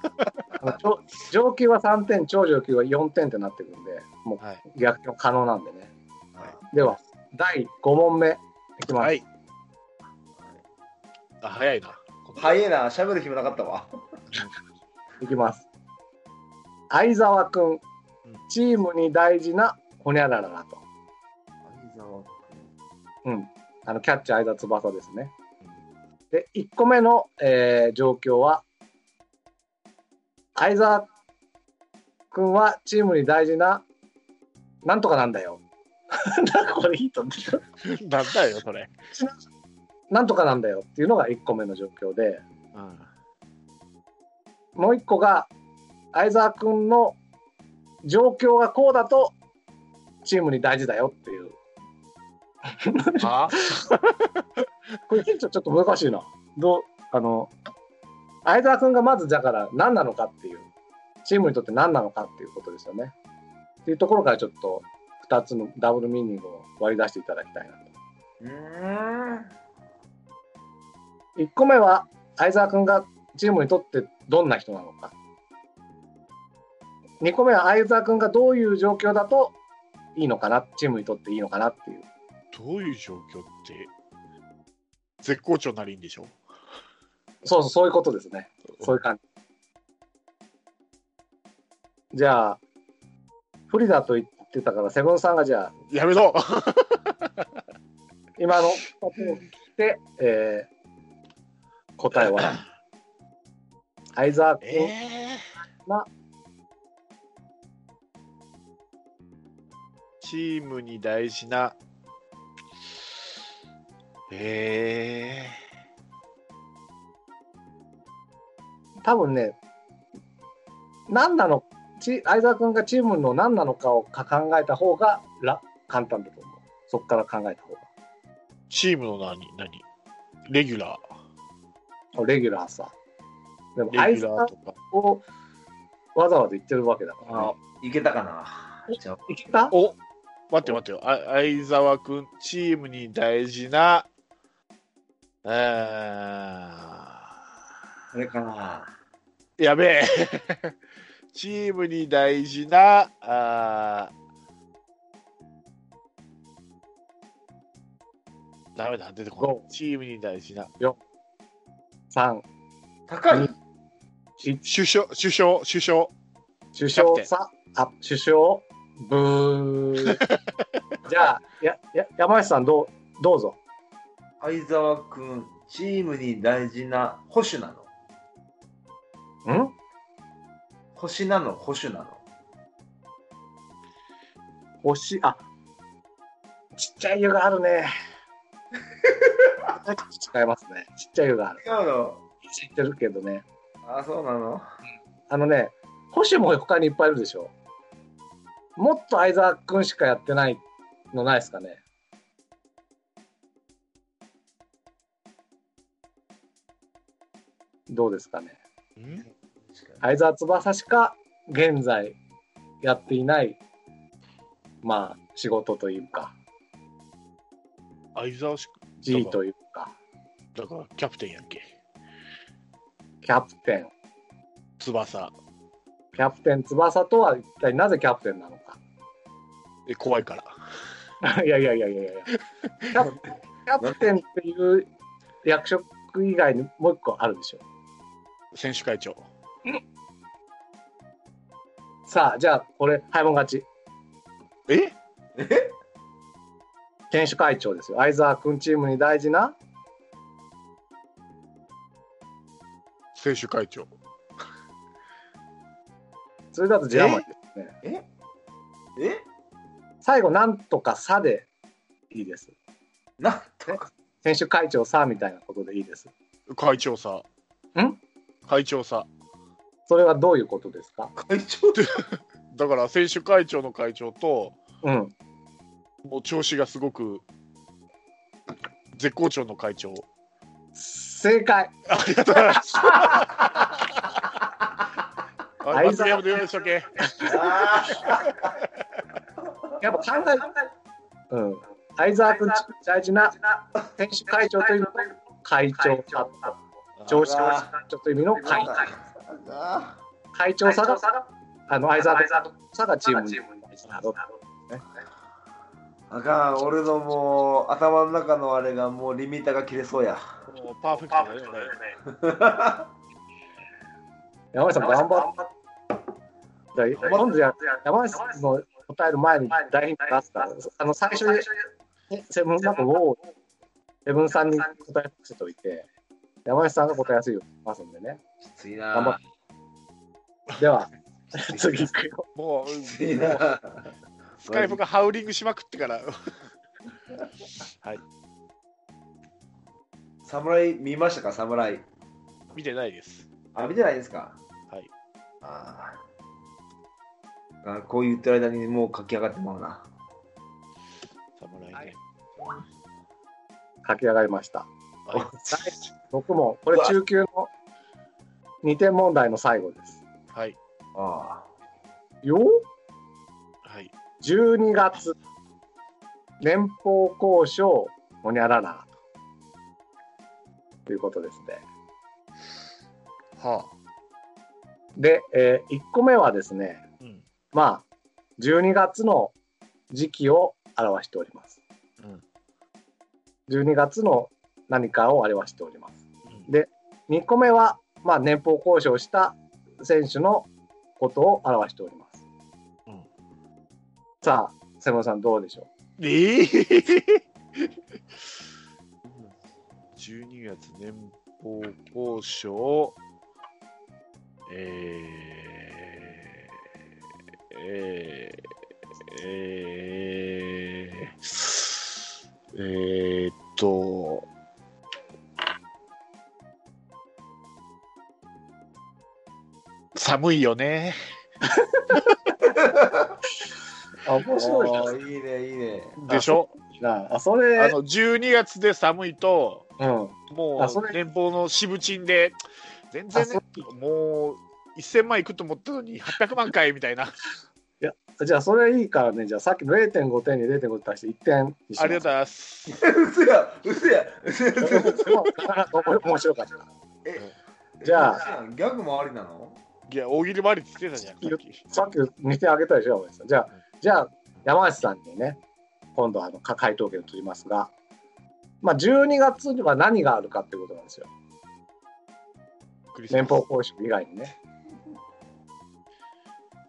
Speaker 4: のちょ上級は3点、超上級は4点ってなってくるんで、も
Speaker 2: はい。
Speaker 4: う逆転可能なんでね。
Speaker 1: はい
Speaker 4: では、第5問目いきます。
Speaker 2: はい。あ、早いな。
Speaker 1: 早いな、喋る暇なかったわ。
Speaker 4: いきます。相沢くん、チームに大事なほにゃららだと。うん。あの、キャッチャー相沢翼ですね。で、1個目の、えー状況は、相沢くんはチームに大事な、なんとかなんだよ。 なんかこれヒント出た
Speaker 2: なんだよ、それ。
Speaker 4: なんとかなんだよっていうのが1個目の状況で、
Speaker 2: うん。
Speaker 4: もう1個が、相沢くんの状況がこうだと、チームに大事だよっていう。
Speaker 2: あ
Speaker 4: これヒントちょっと難しいな。どう、あの、相沢くんがまずだから何なのかっていう、チームにとって何なのかっていうことですよね。っていうところからちょっと2つのダブルミーニングを割り出していただきたいなと。
Speaker 1: うーん。
Speaker 4: 1個目は、相沢くんがチームにとってどんな人なのか。2個目は、相沢くんがどういう状況だといいのかな、チームにとっていいのかなっていう。
Speaker 2: どういう状況って、絶好調なりんでしょ。
Speaker 4: そうそう、そういうことですね。そういう感じ。じゃあ、不利だと言ってたから、セブンさんがじゃあ、
Speaker 2: やめろ
Speaker 4: 今の2つを聞いて、えー答え は、相沢 君、
Speaker 2: えー
Speaker 4: ま
Speaker 2: チームに大事なえ
Speaker 4: 多分ね、何なの、ち相沢君がチームの何なのかをか考えた方がら簡単だと思う。そこから考えた方
Speaker 2: ー、チームの何何レギュラ
Speaker 4: が。レギュラーさ。でも、
Speaker 2: ーレ
Speaker 4: 相
Speaker 2: ギュラ
Speaker 4: 沢
Speaker 2: ーとか
Speaker 4: をわざわざ言ってるわけだから、
Speaker 1: あ
Speaker 4: ね。
Speaker 1: いけたかな。じゃあ
Speaker 4: いけた
Speaker 2: お待って待ってよあ相沢君チームに大事なえー
Speaker 1: あれかな。
Speaker 2: やべえ チームに大事なあーダメだ出てこないチームに大事な
Speaker 4: 三、
Speaker 1: 高い。
Speaker 2: 首相首相首相
Speaker 4: 首
Speaker 2: キャプテン
Speaker 4: 相さ、あ、首相、ブ ー。じゃあ、や、や、山内さん、どう、どうぞ。
Speaker 1: 相沢君、チームに大事な保守なの。
Speaker 4: ん
Speaker 1: 星なの、保守なの。
Speaker 4: 星、あ、ちっちゃい湯がある ね。違いますね。ちっちゃい湯がある。
Speaker 1: 違うの。
Speaker 4: 知ってるけどね。
Speaker 1: あ、そうなの。
Speaker 4: あのね、星も他にいっぱいいるでしょ。もっと相沢くんしかやってないのないですかね。どうですかね。
Speaker 2: ん
Speaker 4: 相沢翼しか現在やっていない、まあ、仕事というか、
Speaker 2: 相沢し
Speaker 4: G というか、
Speaker 2: だからキャプテンやっけ
Speaker 4: キャプテン、
Speaker 2: 翼
Speaker 4: キャプテン翼とは一体なぜキャプテンなのか。
Speaker 2: え怖いから
Speaker 4: いやいやいやいやいや。キャプテン、キャプテンっていう役職以外にもう一個あるでしょ。
Speaker 2: 選手会長
Speaker 4: さあ、じゃあ、これ、早いもん勝ち。
Speaker 2: え
Speaker 4: 選手会長ですよ。相沢君チームに大事な
Speaker 2: 選手会長
Speaker 4: それだとジェラマイ
Speaker 1: え
Speaker 4: 最後、なんとかさでいいです。
Speaker 1: なんとか。
Speaker 4: 選手会長さみたいなことでいいです。
Speaker 2: 会長さ
Speaker 4: ん
Speaker 2: 会長さ
Speaker 4: それはどういうことですか
Speaker 1: 会長で
Speaker 2: だから選手会長の会長と
Speaker 4: うん。
Speaker 2: もう調子がすごく絶好調の会長
Speaker 4: 正解。
Speaker 2: ありがとうございますあ
Speaker 4: 相沢
Speaker 2: 罰ゲームでよろしとけ
Speaker 1: あ
Speaker 4: やっぱ考え、うん。相沢君チームに大事な選手会長というのと会長さ上司会長という意味の会長。
Speaker 1: ーあ
Speaker 4: 会長さが、あの、相沢君さがチームに大事なの。
Speaker 1: ーあかん、俺のもう頭の中のあれがもうリミッターが切れそうや。
Speaker 2: もうパーフェクトだよね
Speaker 4: 山内さん、頑張った。今度や山内さんの答える前に大ヒント出すから、あの、最初にセブンなんかをセブンさんに答えさせておいて、山内さんが答えやすいようにしますんでね。
Speaker 1: きつい
Speaker 4: 頑張っ
Speaker 1: な。
Speaker 4: では、 次行くよ。
Speaker 2: も
Speaker 1: き
Speaker 2: う
Speaker 1: ついな。
Speaker 2: スカイプがハウリングしまくってから
Speaker 1: 侍見ましたか、侍。
Speaker 2: 見てないです
Speaker 1: あ、見てないですか。
Speaker 2: はい。
Speaker 1: あーあ。こう言ってる間にもう書き上がってもうな。
Speaker 2: 侍ね
Speaker 4: 書き上がりました。
Speaker 2: はい
Speaker 4: 僕も、これ中級の2点問題の最後です。
Speaker 2: はい
Speaker 1: あ
Speaker 4: よ
Speaker 2: はい
Speaker 4: 12月、年俸交渉、ほにゃらら。ということですね。
Speaker 2: は
Speaker 4: で、え1個目はですね、
Speaker 2: あうん
Speaker 4: まあ、12月の時期を表しております。
Speaker 2: うん
Speaker 4: 12月の何かを表しております。
Speaker 2: うん
Speaker 4: で2個目は、まあ、年俸交渉した選手のことを表しております。
Speaker 2: うん
Speaker 4: さあ、瀬本さんどうでしょ
Speaker 2: ええー、12月年俸交渉えー、えー、えー、えー、っと寒いよね
Speaker 4: うあ、面白い
Speaker 1: あ。いいね、いいね。
Speaker 2: でしょ
Speaker 4: な。あ、そ
Speaker 2: あ
Speaker 4: れ、
Speaker 2: の12月で寒いと
Speaker 4: うん。
Speaker 2: も
Speaker 4: あそうれ
Speaker 2: 年俸の渋チンで、全然ね
Speaker 4: あ、
Speaker 2: もう1000万いくと思ったのに800万回みたい な、
Speaker 4: じゃあ、それいいからね、じゃあ、さっきの0.5点に0.5足して1点にし
Speaker 2: ありがとうご
Speaker 4: う
Speaker 2: ざいます。
Speaker 1: 嘘や、嘘や、嘘や。嘘や
Speaker 4: なかなか 面白かった。
Speaker 1: え
Speaker 4: じゃあ、
Speaker 1: あ、ギャグもありなの
Speaker 2: いや、大喜利もありって言ってたじゃん、 さっき。
Speaker 4: さっき2点あげたでしょ、山内さん。じゃあ
Speaker 2: うん、
Speaker 4: じゃあ山内さんにね、今度あの、か回答権を取りますが、まあ、12月には何があるかってことなんですよ。
Speaker 2: クリスマ
Speaker 4: 連
Speaker 2: ス
Speaker 4: 邦公職以外にね。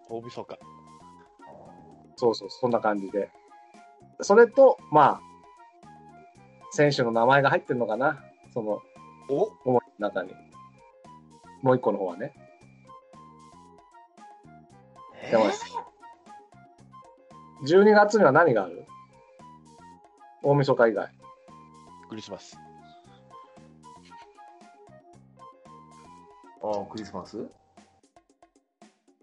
Speaker 2: 大晦日
Speaker 4: そうそう、そんな感じで。それと、まあ、選手の名前が入ってるのかな、その、
Speaker 2: お
Speaker 4: 主に中に。もう一個の方はね、
Speaker 1: え
Speaker 4: 山内さん。12月には何がある大晦日以外。
Speaker 2: クリスマス。
Speaker 1: あクリスマス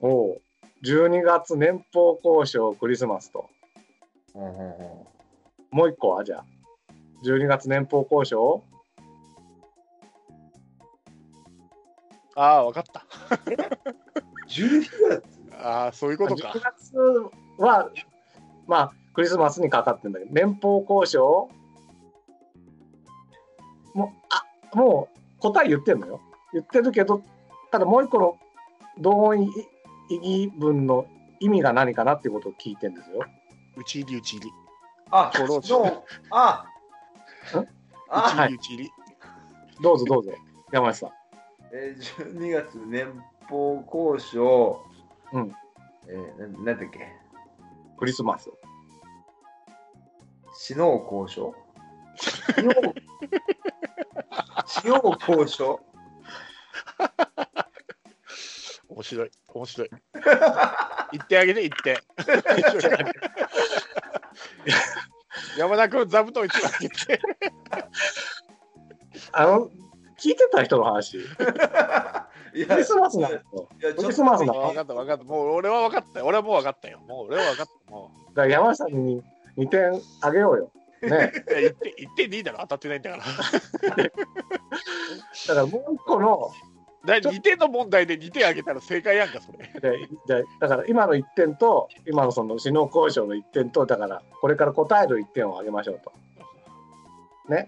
Speaker 4: おおう。12月年俸交渉クリスマスと。
Speaker 1: うんうんうん。
Speaker 4: もう一個はじゃあ。12月年俸交渉
Speaker 2: ああ、わかった。
Speaker 1: 12月
Speaker 2: ああ、そういうことか
Speaker 4: 10。月は、まあ、クリスマスにかかってるんだけど、年俸交渉もう、あ、もう答え言ってんのよ。言ってるけど、ただもう一個の動員意義文の意味が何かなっていうことを聞いてんですよ。
Speaker 2: うち入り、うち入り。
Speaker 1: あ、
Speaker 2: ご老
Speaker 1: ど
Speaker 2: 中。う
Speaker 1: うあ
Speaker 4: ん
Speaker 2: ち
Speaker 1: あ、
Speaker 2: 入り、うち入り。
Speaker 4: どうぞどうぞ、山下さん。
Speaker 1: えー、12月年俸交渉。
Speaker 4: うん。
Speaker 1: えー、なんなんだっけ
Speaker 4: クリスマス。
Speaker 1: 死のう交渉死のう死のう交渉
Speaker 2: 面白い、面白い。言ってあげて、言 って。山田君、座布団一枚 あげて。
Speaker 4: あの、聞いてた人の話。ク
Speaker 1: いや
Speaker 4: リスマスなんですよ。
Speaker 1: いやちょっと
Speaker 4: クリスマスな
Speaker 2: あわかった、わかった。もう俺はわかったよ。俺はもうわかったよ。もう俺はわかった。も
Speaker 4: だから山下さんに2点あげようよ。ね。
Speaker 2: う。いや言って、言ってでいいだろ。当たってないんだから。
Speaker 4: だからもう一個の、
Speaker 2: だ2点の問題で2点あげたら正解やんか、それ。
Speaker 4: ででだから今の1点と今のその首脳交渉の1点とだからこれから答える1点をあげましょうと1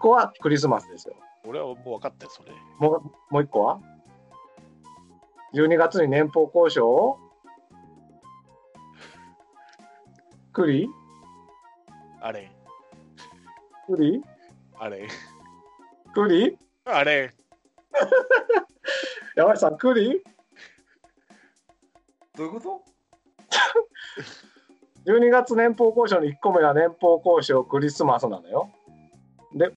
Speaker 4: 個はクリスマスですよ
Speaker 2: 俺はもう分かったよ、それ。
Speaker 4: もうもう1個は12月に年俸交渉をクリ
Speaker 2: あれ、
Speaker 4: クリ
Speaker 2: あれ、
Speaker 4: クリ
Speaker 2: あれ、
Speaker 4: 山下さんクリ
Speaker 1: どういうこと
Speaker 4: 12月年俸交渉の1個目が年俸交渉クリスマスなのよ